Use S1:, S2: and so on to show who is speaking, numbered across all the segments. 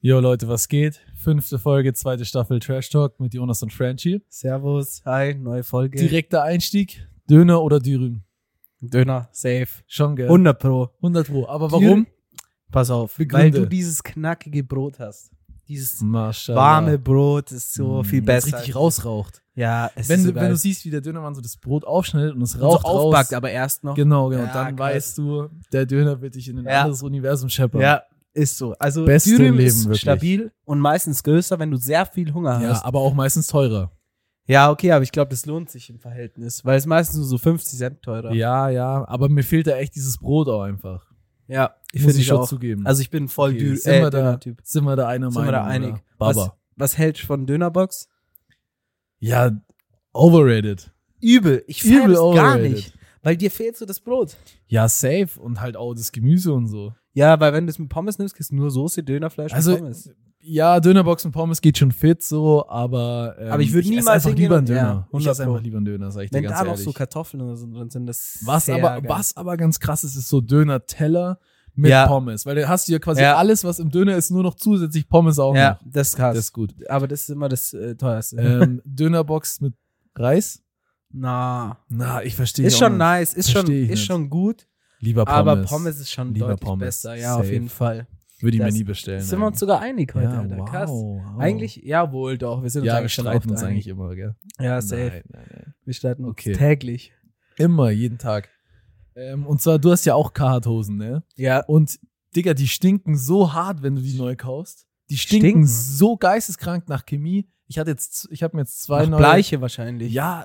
S1: Yo Leute, was geht? Fünfte Folge, zweite Staffel Trash Talk mit Jonas und Franchi.
S2: Servus, hi, neue Folge.
S1: Direkter Einstieg, Döner oder Dürüm?
S2: Döner, safe.
S1: Schon gell?
S2: 100 Pro.
S1: 100 Pro. Aber warum?
S2: Pass auf, weil
S1: Begründe.
S2: du dieses knackige Brot hast. Dieses
S1: Maschallah.
S2: warme Brot ist so viel
S1: Wenn's
S2: besser.
S1: Mm, richtig rausraucht.
S2: Ja, es
S1: Wenn,
S2: ist so
S1: du, wenn
S2: geil.
S1: du siehst, wie der Dönermann so das Brot aufschneidet und es
S2: Und so
S1: raucht
S2: aufbackt,
S1: raus.
S2: aber erst noch.
S1: Genau, genau.
S2: Ja,
S1: dann
S2: geil.
S1: weißt du, der Döner wird dich in ein
S2: Ja.
S1: anderes Universum scheppern.
S2: Ja, ist so. Also
S1: Genau. Beste
S2: Dürüm
S1: Leben,
S2: ist
S1: wirklich.
S2: stabil und meistens größer, wenn du sehr viel Hunger
S1: ja,
S2: hast.
S1: aber auch meistens teurer.
S2: Ja, okay, aber ich glaube, das lohnt sich im Verhältnis, weil es meistens nur so 50 Cent teurer.
S1: Ja, ja. Aber mir fehlt da echt dieses Brot auch einfach.
S2: ja
S1: Muss
S2: finde
S1: ich
S2: ich
S1: schon
S2: auch.
S1: zugeben.
S2: Also ich bin voll
S1: Okay,
S2: Dür-
S1: sind,
S2: äh,
S1: wir da,
S2: Döner-Typ.
S1: sind wir da einer
S2: Sind wir da
S1: Meinung, oder?
S2: einig?
S1: Baba.
S2: Was, was hältst du von Dönerbox?
S1: Ja, overrated.
S2: Übel. Ich feier
S1: Übel
S2: das gar
S1: overrated.
S2: nicht. Weil dir fehlt so das Brot.
S1: Ja, safe und halt auch das Gemüse und so.
S2: Ja, weil wenn du es mit Pommes nimmst, kriegst du nur Soße, Dönerfleisch
S1: Also
S2: und Pommes.
S1: ja, Dönerbox und Pommes geht schon fit so, aber ähm,
S2: Aber ich würd
S1: esse
S2: niemals
S1: einfach
S2: hingehen
S1: lieber einen
S2: und- ja,
S1: Döner. ich
S2: 100
S1: esse einfach
S2: Pro.
S1: lieber einen Döner, sag ich
S2: Wenn
S1: dir
S2: da
S1: ganz
S2: noch
S1: ehrlich.
S2: so Kartoffeln oder so drin sind, das ist
S1: was
S2: sehr
S1: aber
S2: geil.
S1: was aber ganz krass ist, ist so Döner-Teller mit
S2: Ja.
S1: Pommes, weil da hast du ja quasi
S2: Ja.
S1: alles, was im Döner ist, nur noch zusätzlich Pommes auch
S2: Ja,
S1: noch.
S2: das ist krass.
S1: Das ist gut.
S2: aber das ist immer das äh, teuerste.
S1: ähm, Dönerbox mit Reis?
S2: Na,
S1: Na, ich verstehe
S2: ist
S1: auch
S2: schon
S1: nicht.
S2: nice, ist schon,
S1: Versteh ich
S2: ist
S1: nicht.
S2: schon gut,
S1: Lieber Pommes.
S2: aber Pommes ist schon
S1: Lieber
S2: deutlich
S1: Pommes.
S2: besser. Ja, auf
S1: Safe.
S2: jeden Fall.
S1: würde ich mir
S2: das-
S1: nie bestellen.
S2: Sind wir uns sogar einig heute,
S1: ja,
S2: Alter.
S1: wow,
S2: Krass.
S1: wow.
S2: Eigentlich, jawohl, doch. Wir sind uns
S1: ja, wir
S2: eigentlich schon
S1: streiten
S2: oft
S1: uns eigentlich
S2: einig.
S1: immer, gell?
S2: Ja, safe.
S1: Nein, nein, nein.
S2: Wir streiten uns
S1: Okay.
S2: täglich.
S1: Immer, jeden Tag. Ähm, und zwar, du hast ja auch Carhartt-Hosen, ne?
S2: Ja,
S1: Und, Digga, die stinken so hart, wenn du die neu kaufst. Die stinken,
S2: Stinken?
S1: so geisteskrank nach Chemie. Ich hatte jetzt, z- ich habe mir jetzt zwei
S2: nach
S1: neue.
S2: Bleiche wahrscheinlich.
S1: Ja.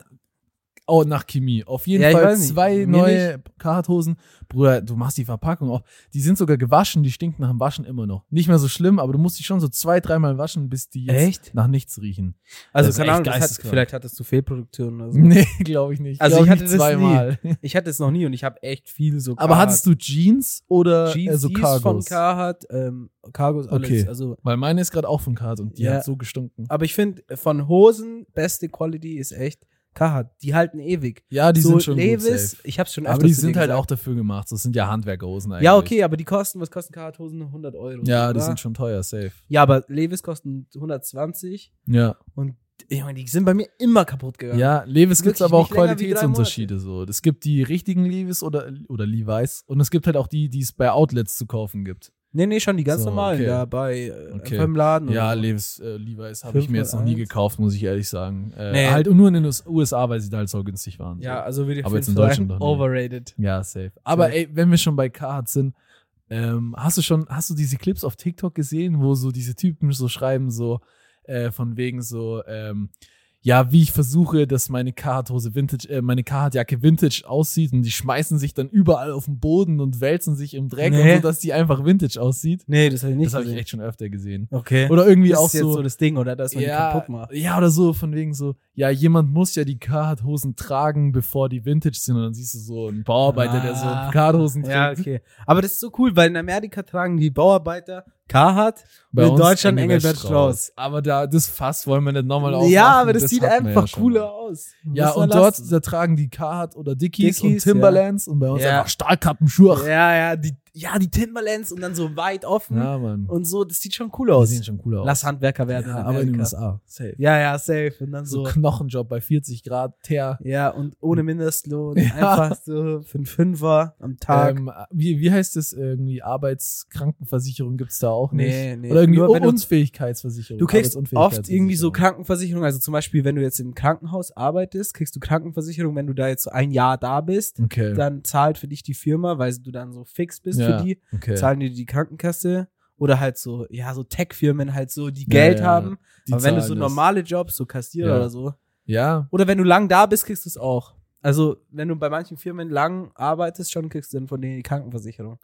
S1: Oh, nach Chemie. Auf jeden
S2: Ja, ich
S1: Fall
S2: weiß nicht.
S1: zwei
S2: Mir
S1: neue Carhartt-Hosen. Bruder, du machst die Verpackung auf. Die sind sogar gewaschen, die stinken nach dem Waschen immer noch. Nicht mehr so schlimm, aber du musst die schon so zwei, dreimal waschen, bis die jetzt
S2: Echt?
S1: nach nichts riechen. Das
S2: Also,
S1: ist
S2: keine
S1: echt
S2: Ahnung, das hat,
S1: geisteskrank.
S2: vielleicht hattest du Fehlproduktionen oder so.
S1: Nee, glaube ich nicht.
S2: Also
S1: glaub
S2: ich hatte
S1: nicht
S2: das nie.
S1: zweimal.
S2: Ich hatte es noch nie und ich habe echt viel so
S1: Aber hattest du Jeans
S2: äh,
S1: oder Jeans, also Cargos?
S2: von Carhartt, ähm, Cargos, alles.
S1: Okay.
S2: Also,
S1: Weil meine ist gerade auch von Card und die
S2: Ja.
S1: hat so gestunken.
S2: aber ich finde, von Hosen, beste Quality ist echt Carhartt. Die halten ewig.
S1: Ja, die
S2: so
S1: sind schon gut
S2: Levis,
S1: safe.
S2: ich hab's schon
S1: Aber
S2: öfter
S1: die
S2: zu dir
S1: sind halt
S2: gesagt.
S1: auch dafür gemacht. Das sind ja Handwerkerhosen eigentlich.
S2: Ja, okay, aber die kosten, was kosten Carhartt-Hosen? 100 Euro.
S1: Ja,
S2: oder?
S1: die sind schon teuer, safe.
S2: Ja, aber Levis kosten 120
S1: Ja,
S2: und ich meine, die sind bei mir immer kaputt gegangen.
S1: ja Levis gibt's
S2: Wirklich
S1: aber auch
S2: nicht länger wie drei
S1: Qualitätsunterschiede so. Es gibt die richtigen Levis oder, oder Levi's und es gibt halt auch die, die es bei Outlets zu kaufen gibt.
S2: Nee, nee, schon die ganz
S1: So,
S2: normalen
S1: okay.
S2: da bei äh,
S1: Okay.
S2: beim Laden.
S1: Ja,
S2: oder so.
S1: Levis, äh, Levi's habe ich mir jetzt noch nie
S2: 501.
S1: gekauft, muss ich ehrlich sagen. Äh,
S2: Nee.
S1: Halt nur in den US- USA, weil sie da halt so günstig waren.
S2: Ja, also würde ich
S1: Aber
S2: auf
S1: jetzt
S2: jeden
S1: in
S2: Fall
S1: Deutschland
S2: sagen,
S1: doch nicht.
S2: overrated.
S1: Ja, safe. Aber
S2: Safe.
S1: ey, wenn wir schon bei Carhartt sind, ähm, hast du schon, hast du diese Clips auf TikTok gesehen, wo so diese Typen so schreiben, so äh, von wegen so, ähm, ja, wie ich versuche, dass meine Carhartt-Hose Vintage, äh, meine Carhartt-Jacke Vintage aussieht und die schmeißen sich dann überall auf den Boden und wälzen sich im Dreck
S2: Nee.
S1: und so, dass die einfach Vintage aussieht.
S2: Nee, das habe ich nicht
S1: das habe ich
S2: gesehen.
S1: echt schon öfter gesehen.
S2: Okay.
S1: Oder irgendwie
S2: das
S1: auch
S2: ist jetzt so,
S1: so
S2: das Ding, oder? Dass man die kaputt macht.
S1: ja, oder so, von wegen so, ja, jemand muss ja die Carhartt-Hosen tragen, bevor die Vintage sind. Und dann siehst du so einen Bauarbeiter, der so
S2: Ah.
S1: Carhartt-Hosen trägt.
S2: Ja, okay. Aber das ist so cool, weil in Amerika tragen die Bauarbeiter Carhartt.
S1: Bei
S2: In
S1: uns
S2: Deutschland Engelbert Strauß.
S1: Aber da, das Fass wollen wir nicht nochmal aufmachen.
S2: ja, aber das, sieht
S1: hatten wir
S2: einfach
S1: schon
S2: cooler
S1: mal.
S2: aus.
S1: Ja,
S2: Muss man
S1: und dort,
S2: lassen.
S1: da tragen die Carhartt oder Dickies,
S2: Dickies,
S1: und Timberlands und bei uns
S2: Ja.
S1: einfach Stahlkappenschuhe.
S2: Ja, ja, die, ja, die Timberlands und dann so weit offen
S1: Ja, Mann.
S2: und so, das sieht schon cool
S1: die
S2: aus.
S1: sehen schon cooler aus.
S2: Lass Handwerker
S1: ja,
S2: werden. in
S1: aber in den
S2: Amerika.
S1: USA. Safe.
S2: Ja, ja, safe. Und dann
S1: So
S2: so.
S1: Knochenjob bei 40 Grad, Teer.
S2: Ja, und ohne Mindestlohn.
S1: Ja.
S2: Einfach so für einen Fünfer am Tag.
S1: Ähm, wie, wie heißt das irgendwie? Arbeitskrankenversicherung gibt's da auch nicht.
S2: Nee, nee.
S1: Oder irgendwie
S2: Nur wenn du-
S1: Unfähigkeitsversicherung.
S2: Du kriegst
S1: Arbeitsunfähigkeitsversicherung.
S2: oft irgendwie so Krankenversicherung, also zum Beispiel, wenn du jetzt im Krankenhaus arbeitest, kriegst du Krankenversicherung, wenn du da jetzt so ein Jahr da bist,
S1: Okay.
S2: dann zahlt für dich die Firma, weil du dann so fix bist
S1: Ja,
S2: für die,
S1: okay.
S2: zahlen dir die Krankenkasse oder halt so, ja, so Tech-Firmen halt so, die
S1: Ja,
S2: Geld
S1: ja,
S2: haben.
S1: Die
S2: aber wenn du
S1: zahlen
S2: so
S1: das.
S2: normale Jobs, so Kassierer
S1: Ja.
S2: oder so,
S1: Ja,
S2: oder wenn du lang da bist, kriegst du es auch. Also, wenn du bei manchen Firmen lang arbeitest, schon kriegst du dann von denen die Krankenversicherung.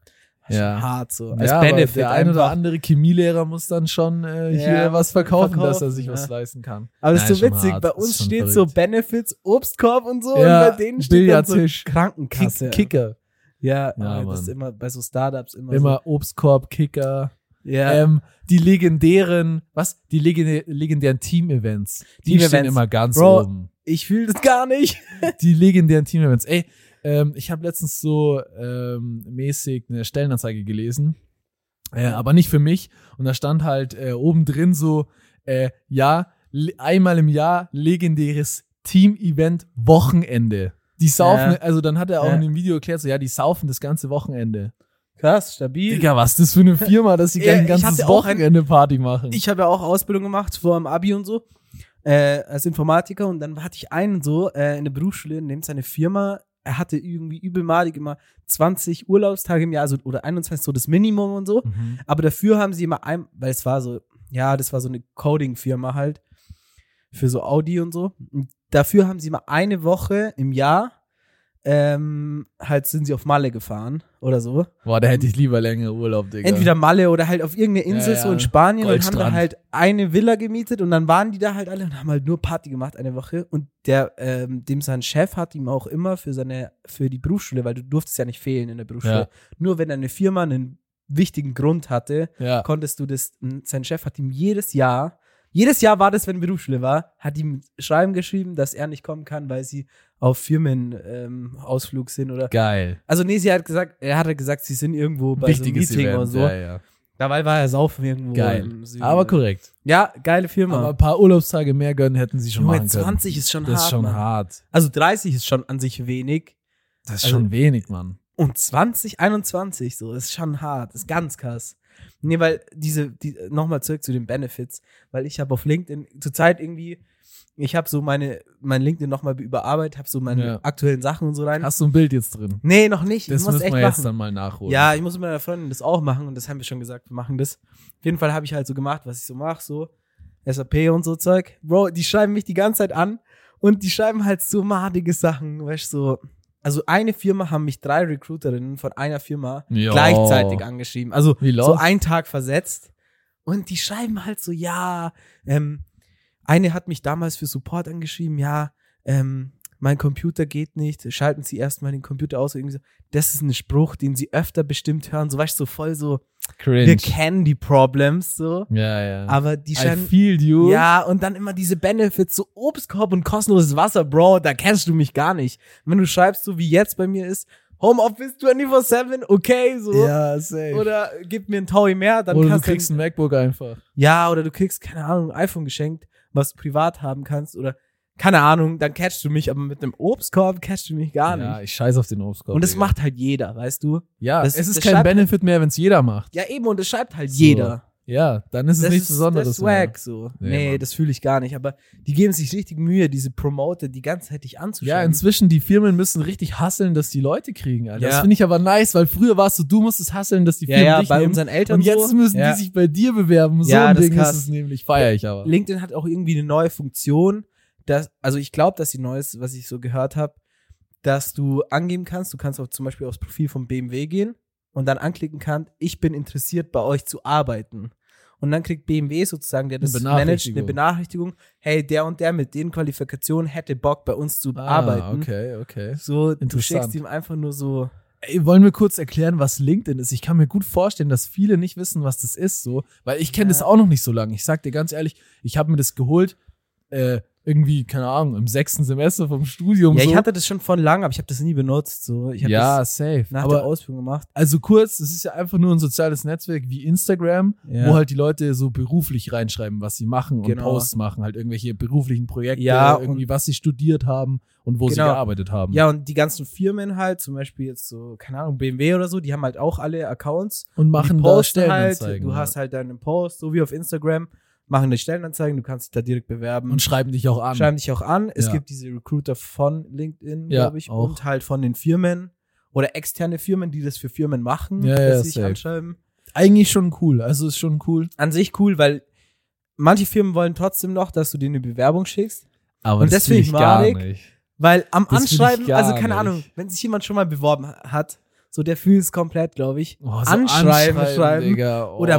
S2: Schon
S1: Ja.
S2: hart so.
S1: als ja, Benefit. Der ein oder andere Chemielehrer muss dann schon äh, hier
S2: Ja,
S1: was verkaufen,
S2: verkaufen,
S1: dass er sich
S2: ja.
S1: was leisten kann.
S2: Aber das
S1: Ja,
S2: ist so
S1: schon
S2: witzig.
S1: hart.
S2: Bei
S1: Ist
S2: uns
S1: schon
S2: steht so
S1: verrückt.
S2: Benefits, Obstkorb und so.
S1: Ja,
S2: und bei denen steht dann so
S1: Billardtisch.
S2: Krankenkasse.
S1: Kick, Kicker.
S2: Ja,
S1: Ja,
S2: äh, das ist
S1: Mann.
S2: immer bei so Startups immer.
S1: Immer Obstkorb, Kicker.
S2: So. Ja.
S1: Ähm, die legendären, was? Die legendä- legendären Team-Events. Die stehen
S2: Team-Events.
S1: immer ganz
S2: Bro,
S1: oben.
S2: ich fühle das gar nicht.
S1: die legendären Team-Events. Ey, ähm, ich habe letztens so ähm, mäßig eine Stellenanzeige gelesen Äh, aber nicht für mich. Und da stand halt äh, oben drin so, äh, ja, le- einmal im Jahr legendäres Team-Event Wochenende. Die saufen,
S2: Ja.
S1: also dann hat er auch
S2: Ja.
S1: in dem Video erklärt, so ja, die saufen das ganze Wochenende.
S2: Krass, stabil.
S1: Digga, was ist das für eine Firma, dass die
S2: Ja,
S1: gleich ein
S2: ich
S1: ganzes
S2: hatte auch ein-
S1: Wochenende Party machen?
S2: Ich habe ja auch Ausbildung gemacht vor dem Abi und so. Äh, als Informatiker und dann hatte ich einen so äh, in der Berufsschule, nimmt seine Firma, er hatte irgendwie übelmalig immer 20 Urlaubstage im Jahr also, oder 21 so das Minimum und so.
S1: mhm.
S2: Aber dafür haben sie immer ein, weil es war so, ja, das war so eine Coding-Firma halt für so Audi und so. Und dafür haben sie immer eine Woche im Jahr ähm, halt sind sie auf Malle gefahren oder so.
S1: Boah, da hätte ich lieber länger Urlaub, Digga.
S2: Entweder Malle oder halt auf irgendeine Insel
S1: Ja,
S2: so
S1: ja.
S2: in Spanien und haben da
S1: Goldstrand.
S2: halt eine Villa gemietet und dann waren die da halt alle und haben halt nur Party gemacht eine Woche und der ähm, dem sein Chef hat ihm auch immer für seine für die Berufsschule, weil du durftest ja nicht fehlen in der Berufsschule. Nur wenn eine Firma einen wichtigen Grund hatte,
S1: ja.
S2: konntest du das sein Chef hat ihm jedes Jahr jedes Jahr war das, wenn Berufsschule war, hat ihm Schreiben geschrieben, dass er nicht kommen kann, weil sie auf Firmen ähm, Ausflug sind oder
S1: Geil.
S2: also nee, sie hat gesagt, er hat gesagt, sie sind irgendwo bei
S1: Wichtiges
S2: so einem Meeting
S1: Event.
S2: oder so.
S1: Ja, ja.
S2: Dabei war er saufen irgendwo.
S1: Geil.
S2: im Süden.
S1: Aber korrekt.
S2: Ja, geile Firma.
S1: Aber ein paar Urlaubstage mehr gönnen hätten sie schon
S2: Junge,
S1: machen können.
S2: 20 ist schon
S1: das ist
S2: hart.
S1: schon
S2: Mann.
S1: hart.
S2: Also 30 ist schon an sich wenig.
S1: Das ist
S2: Also-
S1: schon wenig, Mann.
S2: Und 20, 21, so, ist schon hart. Ist ganz krass. Nee, weil diese, die, nochmal zurück zu den Benefits, weil ich habe auf LinkedIn zurzeit irgendwie, ich habe so meine, mein LinkedIn nochmal überarbeitet, habe so meine
S1: Ja.
S2: aktuellen Sachen und so rein.
S1: Hast du ein Bild jetzt drin?
S2: nee, noch nicht.
S1: das
S2: ich muss
S1: müssen
S2: echt
S1: wir jetzt
S2: machen.
S1: dann mal nachholen.
S2: Ja, ich muss mit meiner Freundin das auch machen und das haben wir schon gesagt, wir machen das. Auf jeden Fall habe ich halt so gemacht, was ich so mache, so SAP und so Zeug. Bro, die schreiben mich die ganze Zeit an und die schreiben halt so madige Sachen, weißt du, so. Also eine Firma haben mich drei Recruiterinnen von einer Firma
S1: Jo.
S2: gleichzeitig angeschrieben. Also
S1: Wie
S2: so
S1: läuft's?
S2: einen Tag versetzt. Und die schreiben halt so, ja, ähm, eine hat mich damals für Support angeschrieben, ja, ähm, mein Computer geht nicht, schalten Sie erstmal den Computer aus. Irgendwie so. Das ist ein Spruch, den Sie öfter bestimmt hören. So, weißt du, so voll so, wir
S1: Cringe.
S2: kennen die Problems, so.
S1: Ja, ja.
S2: Aber die
S1: I
S2: schreiben,
S1: feel you.
S2: ja, und dann immer diese Benefits, so Obstkorb und kostenloses Wasser, Bro, da kennst du mich gar nicht. Wenn du schreibst, so wie jetzt bei mir ist, Homeoffice 24-7, okay, so.
S1: ja safe. Oder,
S2: Oder gib mir einen Taui mehr, dann
S1: du
S2: kannst
S1: kriegst ein MacBook einfach.
S2: ja, oder du kriegst, keine Ahnung, ein iPhone geschenkt, was du privat haben kannst, oder keine Ahnung, dann catchst du mich, aber mit einem Obstkorb catchst du mich gar
S1: Ja,
S2: nicht.
S1: ich scheiß auf den Obstkorb.
S2: Und das
S1: Digga.
S2: macht halt jeder, weißt du?
S1: Ja,
S2: das-
S1: es ist
S2: das
S1: kein
S2: schreibt-
S1: Benefit mehr, wenn es jeder macht.
S2: Ja, eben, und das schreibt halt jeder.
S1: Ja, dann ist es
S2: Das
S1: nichts Besonderes.
S2: Das ist
S1: mehr.
S2: wack, so.
S1: Nee,
S2: Nee,
S1: Mann.
S2: das fühle ich gar nicht, aber die geben sich richtig Mühe, diese Promoter die ganze Zeit dich
S1: Ja,
S2: anzuschauen.
S1: inzwischen, die Firmen müssen richtig hasseln, dass die Leute kriegen. Alter. Das
S2: Ja.
S1: finde ich aber nice, weil früher warst du, du musstest hasseln, dass die
S2: ja,
S1: Firmen
S2: ja,
S1: dich
S2: bei
S1: nehmen.
S2: unseren Eltern
S1: Und jetzt
S2: so.
S1: müssen
S2: ja.
S1: die sich bei dir bewerben. So
S2: Ja,
S1: ein
S2: das ist
S1: Ding ist
S2: krass.
S1: es nämlich. Feier ich aber.
S2: LinkedIn hat auch irgendwie eine neue Funktion, dass, also ich glaube, dass die neues, was ich so gehört habe, dass du angeben kannst, du kannst auch zum Beispiel aufs Profil vom BMW gehen und dann anklicken kannst, ich bin interessiert, bei euch zu arbeiten. Und dann kriegt BMW sozusagen, der
S1: Eine
S2: das managt, eine
S1: Benachrichtigung.
S2: Benachrichtigung, hey, der und der mit den Qualifikationen hätte Bock, bei uns zu
S1: Ah,
S2: arbeiten.
S1: Okay, okay.
S2: So, du
S1: Interessant.
S2: schickst ihm einfach nur so,
S1: Ey, wollen wir kurz erklären, was LinkedIn ist? Ich kann mir gut vorstellen, dass viele nicht wissen, was das ist, so, weil ich kenne
S2: Ja.
S1: das auch noch nicht so lange. Ich sag dir ganz ehrlich, ich habe mir das geholt, äh, irgendwie, keine Ahnung, im sechsten Semester vom Studium.
S2: ja,
S1: Um so.
S2: ich hatte das schon von lang, aber ich habe das nie benutzt. So, ich habe
S1: ja,
S2: das
S1: safe.
S2: nach der
S1: Aber
S2: Ausbildung gemacht.
S1: also kurz, es ist ja einfach nur ein soziales Netzwerk wie Instagram,
S2: Ja.
S1: wo halt die Leute so beruflich reinschreiben, was sie machen und
S2: Genau.
S1: Posts machen, halt irgendwelche beruflichen Projekte,
S2: Ja,
S1: irgendwie, was sie studiert haben und wo sie
S2: Genau.
S1: gearbeitet haben.
S2: Ja, und die ganzen Firmen halt, zum Beispiel jetzt so, keine Ahnung, BMW oder so, die haben halt auch alle Accounts.
S1: Und
S2: Und
S1: machen
S2: die
S1: da
S2: posten halt,
S1: Stellenanzeigen.
S2: du
S1: ja.
S2: hast halt deinen Post, so wie auf Instagram, machen die Stellenanzeigen, du kannst dich da direkt bewerben.
S1: und schreiben dich auch an.
S2: schreiben dich auch an. Es
S1: Ja.
S2: gibt diese Recruiter von LinkedIn,
S1: Ja,
S2: glaube ich,
S1: auch.
S2: und halt von den Firmen oder externe Firmen, die das für Firmen machen,
S1: Ja,
S2: dass
S1: ja,
S2: sie dich
S1: safe.
S2: anschreiben.
S1: eigentlich schon cool. Also ist schon cool.
S2: An sich cool, weil manche Firmen wollen trotzdem noch, dass du dir eine Bewerbung schickst.
S1: Aber
S2: Und das
S1: will
S2: find ich madig.
S1: nicht.
S2: Weil am
S1: Das find ich
S2: Anschreiben,
S1: gar
S2: also keine
S1: nicht.
S2: Ahnung, wenn sich jemand schon mal beworben hat, so der fühlt es komplett, glaube ich.
S1: Oh, so
S2: Anschreiben, schreiben
S1: Digga, oh.
S2: Oder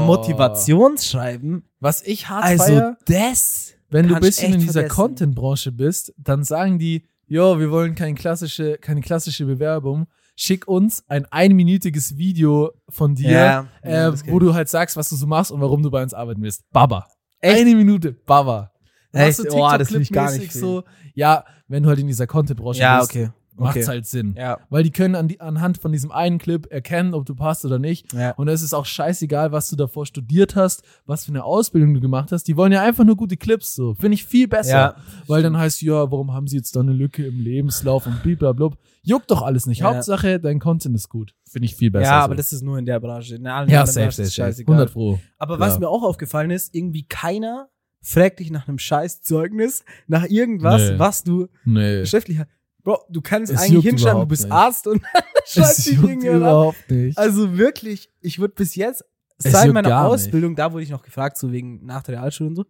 S2: Motivationsschreiben.
S1: Was ich hart
S2: Also
S1: feier,
S2: das.
S1: wenn du ein
S2: kannst
S1: bisschen
S2: echt
S1: in dieser
S2: vergessen.
S1: Content-Branche bist, dann sagen die, jo, wir wollen keine klassische, keine klassische Bewerbung. Schick uns ein einminütiges Video von dir,
S2: Ja,
S1: äh,
S2: ja, das kenn
S1: wo du halt sagst, was du so machst und warum du bei uns arbeiten willst. Baba.
S2: Echt?
S1: Eine Minute, Baba. Dann
S2: Echt? Oh, das will ich gar nicht
S1: TikTok-clipmäßig so, ja, wenn du halt in dieser Content-Branche
S2: Ja,
S1: bist,
S2: okay.
S1: Macht's
S2: Okay.
S1: halt Sinn.
S2: Ja.
S1: Weil die können an die, anhand von diesem einen Clip erkennen, ob du passt oder nicht.
S2: Ja.
S1: Und es ist auch scheißegal, was du davor studiert hast, was für eine Ausbildung du gemacht hast. Die wollen ja einfach nur gute Clips, so. Finde ich viel besser.
S2: Ja.
S1: Weil dann heißt, ja, warum haben sie jetzt da eine Lücke im Lebenslauf und blablabla. Juckt doch alles nicht.
S2: Ja.
S1: Hauptsache, dein Content ist gut. Finde ich viel besser.
S2: ja, aber
S1: so.
S2: das ist nur in der Branche. In allen
S1: ja,
S2: anderen
S1: safe,
S2: Branchen
S1: safe,
S2: ist
S1: safe.
S2: scheißegal.
S1: 100 Pro.
S2: Aber was
S1: Ja.
S2: mir auch aufgefallen ist, irgendwie keiner fragt dich nach einem scheiß Zeugnis, nach irgendwas,
S1: Nee.
S2: was du
S1: Nee.
S2: schriftlich hast. Bro, du kannst
S1: Es
S2: eigentlich
S1: juckt
S2: hinschreiben, du
S1: überhaupt
S2: bist
S1: nicht.
S2: Arzt und schreibst dich irgendjemand ab.
S1: überhaupt nicht.
S2: Also wirklich, ich würde bis jetzt,
S1: Es
S2: seit
S1: juckt
S2: meiner
S1: gar
S2: Ausbildung, da wurde ich noch gefragt, so wegen nach der Realschule und so.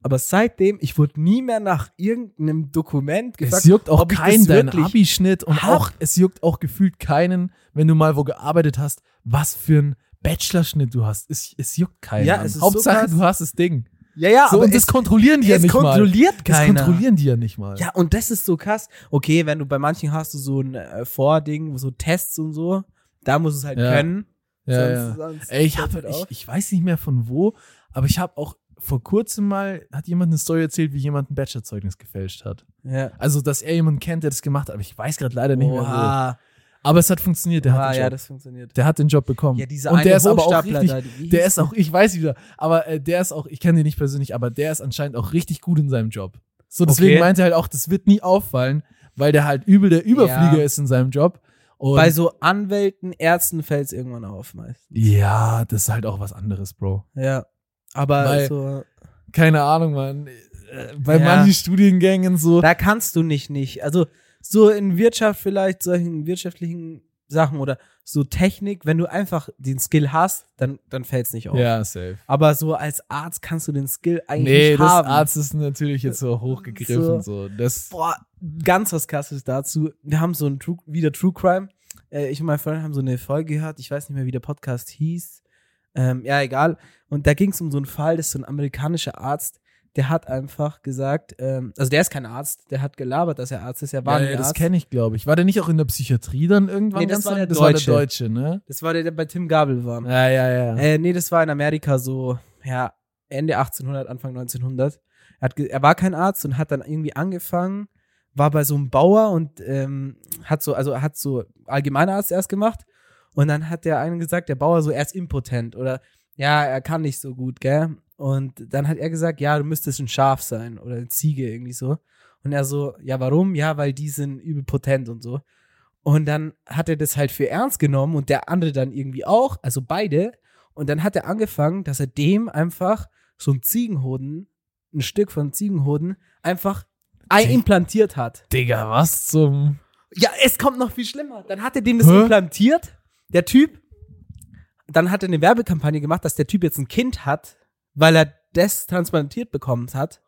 S2: Aber seitdem, ich wurde nie mehr nach irgendeinem Dokument
S1: Es
S2: gefragt.
S1: juckt auch
S2: ob ich
S1: keinen
S2: das
S1: deinen
S2: wirklich
S1: Abischnitt und
S2: hab.
S1: auch es juckt auch gefühlt keinen, wenn du mal wo gearbeitet hast, was für ein Bachelorschnitt du hast. Es, es juckt keinen.
S2: Ja,
S1: an.
S2: es ist so
S1: Hauptsache
S2: krass.
S1: du hast das Ding.
S2: ja, ja,
S1: so,
S2: aber
S1: und das
S2: es,
S1: kontrollieren die ja
S2: es
S1: nicht mal.
S2: kontrolliert
S1: Das
S2: keiner.
S1: kontrollieren die ja nicht mal.
S2: Ja, und das ist so krass. Okay, wenn du bei manchen hast du so ein äh, Vording, so Tests und so, da musst du es halt
S1: Ja.
S2: können.
S1: ja, ja.
S2: sonst, Sonst
S1: Ey, ich,
S2: hört's
S1: hab,
S2: halt
S1: ich,
S2: auf.
S1: ich weiß nicht mehr von wo, aber ich habe auch vor kurzem mal, hat jemand eine Story erzählt, wie jemand ein Bachelorzeugnis gefälscht hat.
S2: Ja.
S1: Also, dass er jemanden kennt, der das gemacht hat, aber ich weiß gerade leider nicht mehr wo.
S2: Oha.
S1: Aber es hat funktioniert, der
S2: Ah,
S1: hat den
S2: ja,
S1: Job.
S2: das funktioniert.
S1: der hat den Job bekommen.
S2: Ja, dieser
S1: und
S2: eine
S1: der ist aber auch
S2: Hochstapler
S1: richtig,
S2: da, die- wie
S1: der
S2: hieß
S1: ist auch, ich weiß wieder, aber äh, der ist auch, ich kenne den nicht persönlich, aber der ist anscheinend auch richtig gut in seinem Job. So, deswegen
S2: Okay.
S1: meinte er halt auch, das wird nie auffallen, weil der halt übel der Überflieger
S2: Ja.
S1: ist in seinem Job. Und
S2: Bei so Anwälten, Ärzten fällt es irgendwann auf meistens.
S1: ja, das ist halt auch was anderes, Bro.
S2: Ja. Aber
S1: Weil-
S2: so,
S1: Keine Ahnung, Mann. Äh, Bei
S2: Ja.
S1: manchen Studiengängen so.
S2: da kannst du nicht nicht. Also so in Wirtschaft vielleicht, solchen wirtschaftlichen Sachen oder so Technik, wenn du einfach den Skill hast, dann, dann fällt es nicht auf.
S1: Ja, safe.
S2: Aber so als Arzt kannst du den Skill eigentlich
S1: Nee,
S2: nicht
S1: das
S2: haben. Äh,
S1: Arzt ist natürlich jetzt so hochgegriffen. So. Das,
S2: Boah, ganz was krasses dazu. Wir haben so ein True, wieder True Crime. Äh, ich und mein Freund haben so eine Folge gehört. Ich weiß nicht mehr, wie der Podcast hieß. Ähm, ja, egal. Und da ging es um so einen Fall, dass so ein amerikanischer Arzt, der hat einfach gesagt, ähm, also der ist kein Arzt, der hat gelabert, dass er Arzt ist. Er war
S1: ja,
S2: nie
S1: ja, das
S2: Arzt.
S1: kenne ich, glaube ich. War der nicht auch in der Psychiatrie dann irgendwann?
S2: Nee, das
S1: ganz
S2: war
S1: lang?
S2: der
S1: das war der
S2: Deutsche.
S1: Deutsche, ne?
S2: Das war der, der bei Tim Gabel war.
S1: Ja, ja, ja.
S2: Äh, nee, das war in Amerika so, ja, Ende 1800, Anfang 1900. Er, hat ge- er war kein Arzt und hat dann irgendwie angefangen, war bei so einem Bauer und ähm, hat so, also hat so Allgemeinarzt erst gemacht. Und dann hat der einen gesagt, der Bauer so, er ist impotent oder ja, er kann nicht so gut, gell? Und dann hat er gesagt, ja, du müsstest ein Schaf sein oder eine Ziege irgendwie so. Und er so, ja, warum? Ja, weil die sind übel potent und so. Und dann hat er das halt für ernst genommen und der andere dann irgendwie auch, also beide. Und dann hat er angefangen, dass er dem einfach so ein Ziegenhoden, ein Stück von Ziegenhoden, einfach ein
S1: Die-
S2: implantiert hat.
S1: Digga, was zum.
S2: Ja, es kommt noch viel schlimmer. Dann hat er dem das
S1: Hä?
S2: implantiert, der Typ. Dann hat er eine Werbekampagne gemacht, dass der Typ jetzt ein Kind hat, weil er das transplantiert bekommen hat.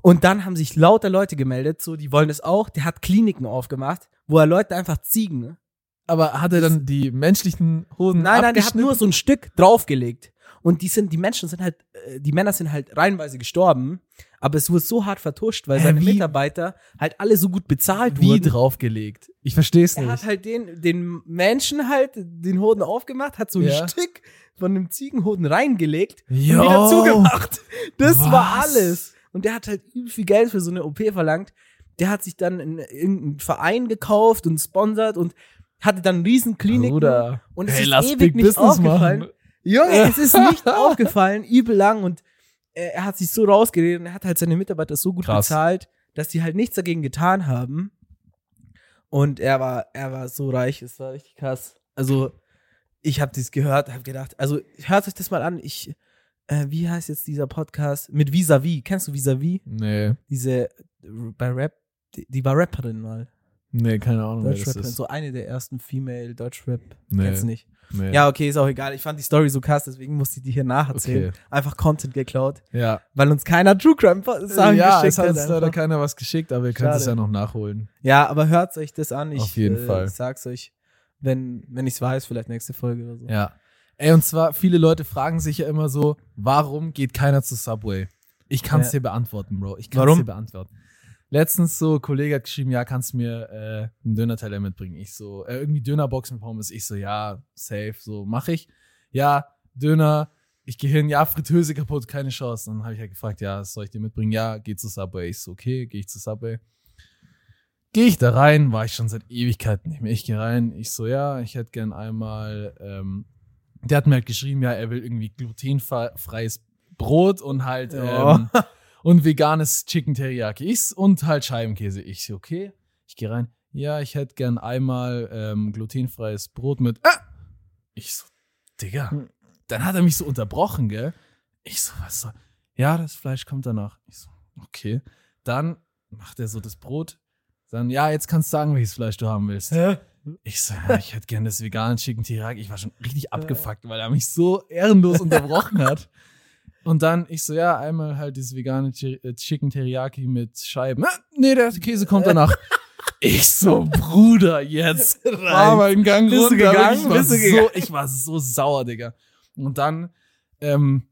S2: Und dann haben sich lauter Leute gemeldet, so, die wollen das auch. Der hat Kliniken aufgemacht, wo er Leute einfach Ziegen.
S1: Aber hat er dann die menschlichen Hoden
S2: Nein, nein, der hat
S1: abgeschnitten?
S2: nur so ein Stück draufgelegt. Und die sind, die Menschen sind halt, äh, die Männer sind halt reihenweise gestorben. Aber es wurde so hart vertuscht, weil
S1: Hä,
S2: seine
S1: wie?
S2: Mitarbeiter halt alle so gut bezahlt
S1: wie
S2: wurden.
S1: draufgelegt. Ich verstehe es
S2: Er hat
S1: nicht.
S2: halt den, den Menschen halt den Hoden aufgemacht, hat so ein
S1: Ja.
S2: Stück von dem Ziegenhoden reingelegt
S1: Jo.
S2: und wieder zugemacht. Das war
S1: Was?
S2: alles. Und der hat halt übel viel Geld für so eine OP verlangt. Der hat sich dann in irgendeinen Verein gekauft und sponsert und hatte dann riesen Kliniken.
S1: Bruder.
S2: Und es ist ewig nicht aufgefallen. Junge, es ist nicht aufgefallen, übel lang und äh, er hat sich so rausgeredet und er hat halt seine Mitarbeiter so gut
S1: Krass.
S2: bezahlt, dass die halt nichts dagegen getan haben. Und er war, er war so reich, es war richtig krass. Also, ich habe dies gehört, habe gedacht, also hört euch das mal an. Ich, äh, wie heißt jetzt dieser Podcast? Mit Visavi. Kennst du Visavi?
S1: Nee,
S2: Diese äh, bei Rap, die, die war Rapperin mal.
S1: nee, keine Ahnung, wer das
S2: Deutschrapperin,
S1: ist.
S2: so eine der ersten Female Deutschrap.
S1: Nee.
S2: Kennst du nicht?
S1: Nee.
S2: Ja, okay, ist auch egal. Ich fand die Story so krass, deswegen musste ich die hier nacherzählen.
S1: Okay.
S2: Einfach Content geklaut,
S1: ja.
S2: weil uns keiner True Crime Fa- Sachen
S1: ja, es
S2: geschickt
S1: hat
S2: hat.
S1: uns leider
S2: einfach.
S1: keiner was geschickt, aber ihr könnt
S2: Schade.
S1: es ja noch nachholen.
S2: Ja, aber hört euch das an. Ich,
S1: Auf jeden
S2: äh,
S1: Fall.
S2: sag's euch, wenn, wenn ich's weiß, vielleicht nächste Folge oder so.
S1: Ja. Ey, und zwar, viele Leute fragen sich ja immer so, warum geht keiner zu Subway? Ich kann es
S2: Ja.
S1: dir beantworten, Bro. Ich kann es
S2: Warum?
S1: dir beantworten. Letztens so, ein Kollege hat geschrieben, ja, kannst du mir äh, einen Dönerteller mitbringen? Ich so, äh, irgendwie Dönerbox mit Pommes. Ich so, ja, safe, so, mach ich. Ja, Döner, ich gehe hin, ja, Fritteuse kaputt, keine Chance. Dann habe ich halt gefragt, ja, was soll ich dir mitbringen? Ja, geh zu Subway. Ich so, okay, gehe ich zu Subway. Gehe ich da rein, war ich schon seit Ewigkeiten nicht mehr. Ich gehe rein, ich so, ja, ich hätte gern einmal, ähm, der hat mir halt geschrieben, ja, er will irgendwie glutenfreies Brot und halt
S2: Ja.
S1: ähm, und veganes Chicken Teriyaki ich's und halt Scheibenkäse. Ich so, okay, ich gehe rein, ja, ich hätte gern einmal ähm, glutenfreies Brot mit. Ah! Ich so, Digga.
S2: Hm.
S1: Dann hat er mich so unterbrochen, gell? Ich so, was soll. Ja, das Fleisch kommt danach. Ich so, okay. Dann macht er so das Brot. Dann, ja, jetzt kannst du sagen, welches Fleisch du haben willst.
S2: Hä?
S1: Ich so, ja, ich hätte gerne das vegane Chicken Teriyaki. Ich war schon richtig abgefuckt, weil er mich so ehrenlos unterbrochen hat. Und dann, ich so, ja, einmal halt dieses vegane Chi- äh, Chicken Teriyaki mit Scheiben. Ah, nee, der Käse kommt danach. Ich so, Bruder, jetzt war mein Gang
S2: Bist du
S1: runter.
S2: gegangen?
S1: Ich war,
S2: Bist du gegangen?
S1: so, ich war so sauer, Digga. Und dann, ähm,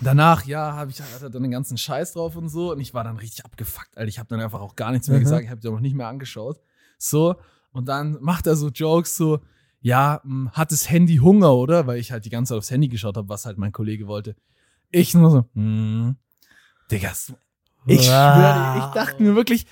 S1: danach, ja, habe ich hatte dann den ganzen Scheiß drauf und so. Und ich war dann richtig abgefuckt, Alter. Ich habe dann einfach auch gar nichts mehr
S2: Mhm.
S1: gesagt. Ich habe die auch noch nicht mehr angeschaut. So, und dann macht er so Jokes, so, ja, hm, hat das Handy Hunger, oder? Weil ich halt die ganze Zeit aufs Handy geschaut habe, was halt mein Kollege wollte. Ich nur so, hm, Digga, so- ich schwöre, dir, ich dachte mir wirklich,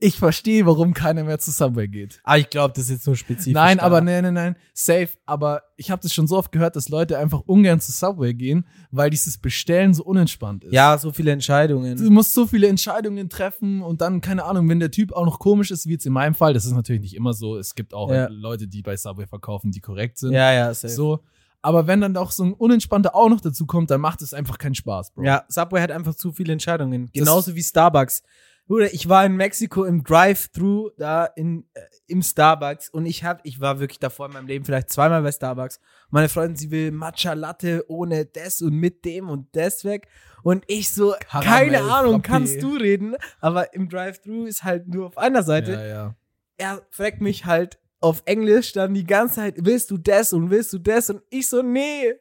S1: ich verstehe, warum keiner mehr zu Subway geht.
S2: Ah, ich glaube, das ist jetzt nur spezifisch.
S1: Nein,
S2: da.
S1: aber nein, nein, nein, safe. Aber ich habe das schon so oft gehört, dass Leute einfach ungern zu Subway gehen, weil dieses Bestellen so unentspannt ist.
S2: Ja, so viele Entscheidungen.
S1: Du musst so viele Entscheidungen treffen und dann, keine Ahnung, wenn der Typ auch noch komisch ist, wie jetzt in meinem Fall, das ist natürlich nicht immer so. Es gibt auch
S2: Ja.
S1: Leute, die bei Subway verkaufen, die korrekt sind.
S2: Ja, ja, safe.
S1: so. Aber wenn dann auch so ein Unentspannter auch noch dazu kommt, dann macht es einfach keinen Spaß, Bro.
S2: Ja, Subway hat einfach zu viele Entscheidungen. Genauso wie Starbucks. Bruder, ich war in Mexiko im Drive-Thru, da in, äh, im Starbucks und ich hab, ich war wirklich davor in meinem Leben vielleicht zweimal bei Starbucks. Meine Freundin, sie will Matcha Latte ohne das und mit dem und das weg. Und ich so,
S1: Karamell,
S2: keine Ahnung,
S1: Frappé.
S2: kannst du reden? Aber im Drive-Thru ist halt nur auf einer Seite
S1: ja, ja.
S2: er fragt mich halt auf Englisch dann die ganze Zeit, willst du das und willst du das? Und ich so, nee,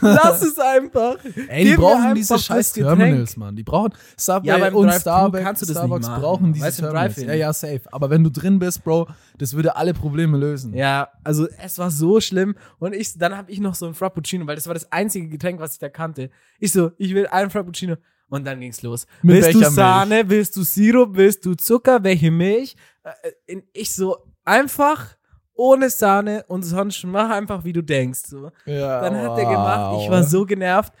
S2: lass es einfach.
S1: Ey, die
S2: Gib mir
S1: brauchen
S2: einfach
S1: diese
S2: das
S1: scheiß
S2: Getränk.
S1: Terminals, Mann. Die brauchen Subway
S2: Ja, beim
S1: und
S2: Drive-Thru
S1: Starbucks.
S2: kannst du das nicht
S1: Starbucks
S2: machen.
S1: brauchen diese
S2: Weißt du, im
S1: Terminals.
S2: Drive-In.
S1: Ja, ja, safe. Aber wenn du drin bist, Bro, das würde alle Probleme lösen.
S2: Ja, also es war so schlimm. Und ich, dann habe ich noch so ein Frappuccino, weil das war das einzige Getränk, was ich da kannte. Ich so, ich will einen Frappuccino. Und dann ging's los.
S1: Mit
S2: willst
S1: welcher
S2: du Sahne? Willst du Sirup? Willst du Zucker? Welche Milch? Äh, in- Ich so, einfach ohne Sahne und sonst mach einfach, wie du denkst. So.
S1: Ja,
S2: Dann hat er gemacht, ich war so genervt.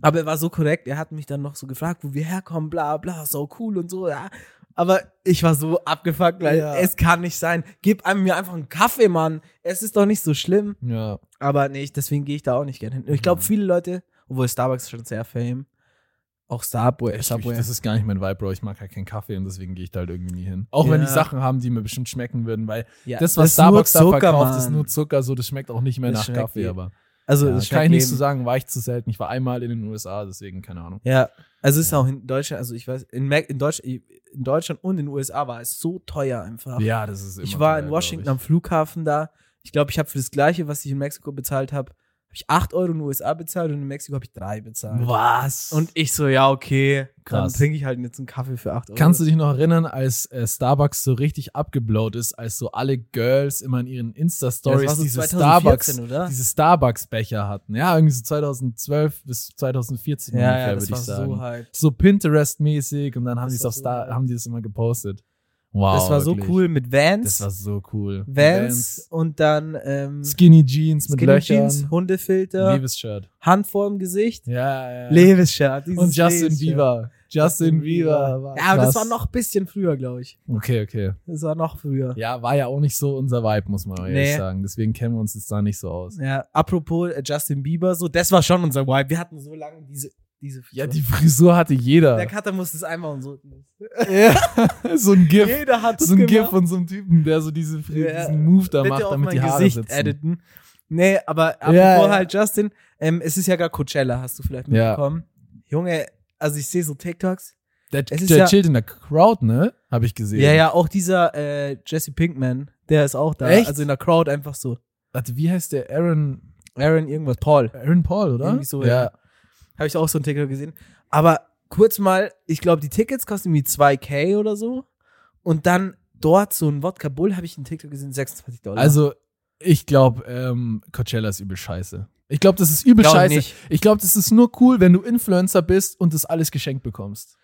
S2: Aber er war so korrekt, er hat mich dann noch so gefragt, wo wir herkommen, bla bla, so cool und so, ja. Aber ich war so abgefuckt, weil
S1: Ja.
S2: es kann nicht sein. Gib einem mir einfach einen Kaffee, Mann. Es ist doch nicht so schlimm.
S1: Ja.
S2: Aber nee, ich, deswegen gehe ich da auch nicht gerne hin. Ich
S1: Mhm.
S2: glaube, viele Leute, obwohl Starbucks ist schon sehr fame, auch Subway,
S1: Ich, ich,
S2: Subway.
S1: das ist gar nicht mein Vibe, Bro. Ich mag halt keinen Kaffee und deswegen gehe ich da halt irgendwie nie hin. Auch wenn
S2: Ja.
S1: die Sachen haben, die mir bestimmt schmecken würden, weil
S2: ja,
S1: das, was
S2: ist nur
S1: Starbucks da verkauft, ist
S2: Mann.
S1: nur Zucker. So, das schmeckt auch nicht mehr
S2: Das
S1: nach
S2: schmeckt
S1: Kaffee.
S2: wie-
S1: Aber
S2: Also,
S1: ja,
S2: das
S1: kann ich nichts
S2: schmeckt
S1: zu
S2: eben.
S1: sagen, war ich zu selten. Ich war einmal in den USA, deswegen keine Ahnung.
S2: Ja, also ist auch in Deutschland, also ich weiß, in, Mac, in, Deutsch, in Deutschland und in den USA war es so teuer einfach.
S1: Ja, das ist immer
S2: ich war
S1: teuer,
S2: in
S1: glaub
S2: Washington
S1: ich.
S2: am Flughafen da. Ich glaube, ich habe für das Gleiche, was ich in Mexiko bezahlt habe, habe ich 8 Euro in den USA bezahlt und in Mexiko habe ich 3 bezahlt.
S1: Was?
S2: Und ich so, ja, okay,
S1: Krass.
S2: dann trinke ich halt jetzt einen Kaffee für 8 Euro.
S1: Kannst du dich noch erinnern, als äh, Starbucks so richtig abgeblowt ist, als so alle Girls immer in ihren
S2: das
S1: Insta-Stories
S2: war so
S1: diese
S2: 2014,
S1: Starbucks,
S2: oder?
S1: diese Starbucks-Becher hatten? Ja, irgendwie so 2012 bis 2014
S2: ja,
S1: ungefähr,
S2: ja, das
S1: würde
S2: war
S1: ich sagen.
S2: so
S1: So,
S2: halt.
S1: Pinterest-mäßig und dann haben
S2: Das
S1: die es
S2: war
S1: auf
S2: so
S1: Star,
S2: hype.
S1: haben die das immer gepostet. Wow.
S2: das war so
S1: wirklich.
S2: cool mit Vans.
S1: Das war so cool.
S2: Vans und dann ähm,
S1: Vans, Skinny Jeans mit
S2: Skinny
S1: Löchern.
S2: Jeans, Hundefilter,
S1: Levis-Shirt.
S2: Hand vorm Gesicht,
S1: Ja, ja, ja. und
S2: Levis-Shirt. dieses
S1: Justin
S2: Levis-Shirt.
S1: Bieber. Justin Bieber. war
S2: Ja, aber
S1: krass.
S2: das war noch ein bisschen früher, glaube ich.
S1: Okay, okay.
S2: Das war noch früher.
S1: Ja, war ja auch nicht so unser Vibe, muss man ehrlich
S2: Nee.
S1: sagen. Deswegen kennen wir uns jetzt da nicht so aus.
S2: Ja, apropos äh, Justin Bieber, so, das war schon unser Vibe. Wir hatten so lange diese, diese
S1: Ja, die Frisur hatte jeder.
S2: Der Cutter musste es einmal und so.
S1: so ein GIF.
S2: Jeder hat
S1: So ein GIF von so einem Typen, der so diese, Fri-
S2: genau. Ja,
S1: diesen Move da
S2: Bitte
S1: macht,
S2: auf
S1: damit
S2: mein
S1: die Haare
S2: Gesicht
S1: sitzen.
S2: editen. Nee, aber apropos
S1: ja.
S2: halt Justin, ähm, es ist ja gar Coachella, hast du vielleicht
S1: Ja.
S2: mitbekommen. Junge, also ich sehe so TikToks.
S1: Der,
S2: Es ist
S1: der
S2: ja-
S1: chillt in der Crowd, ne? Habe ich gesehen.
S2: Ja, ja, auch dieser äh, Jesse Pinkman, der ist auch da.
S1: Echt?
S2: Also in der Crowd einfach so.
S1: Warte, wie heißt der? Aaron,
S2: Aaron irgendwas, Paul.
S1: Aaron Paul, oder?
S2: Irgendwie so, ja. Habe ich auch so ein TikTok gesehen. Aber kurz mal, ich glaube, die Tickets kosten irgendwie 2K oder so. Und dann dort so ein Wodka Bull habe ich einen TikTok gesehen, 26 Dollar.
S1: Also, ich glaube, ähm, Coachella ist übel scheiße. Ich glaube, das ist übel
S2: Glaub ich
S1: scheiße.
S2: nicht.
S1: Ich glaube, das ist nur cool, wenn du Influencer bist und das alles geschenkt bekommst.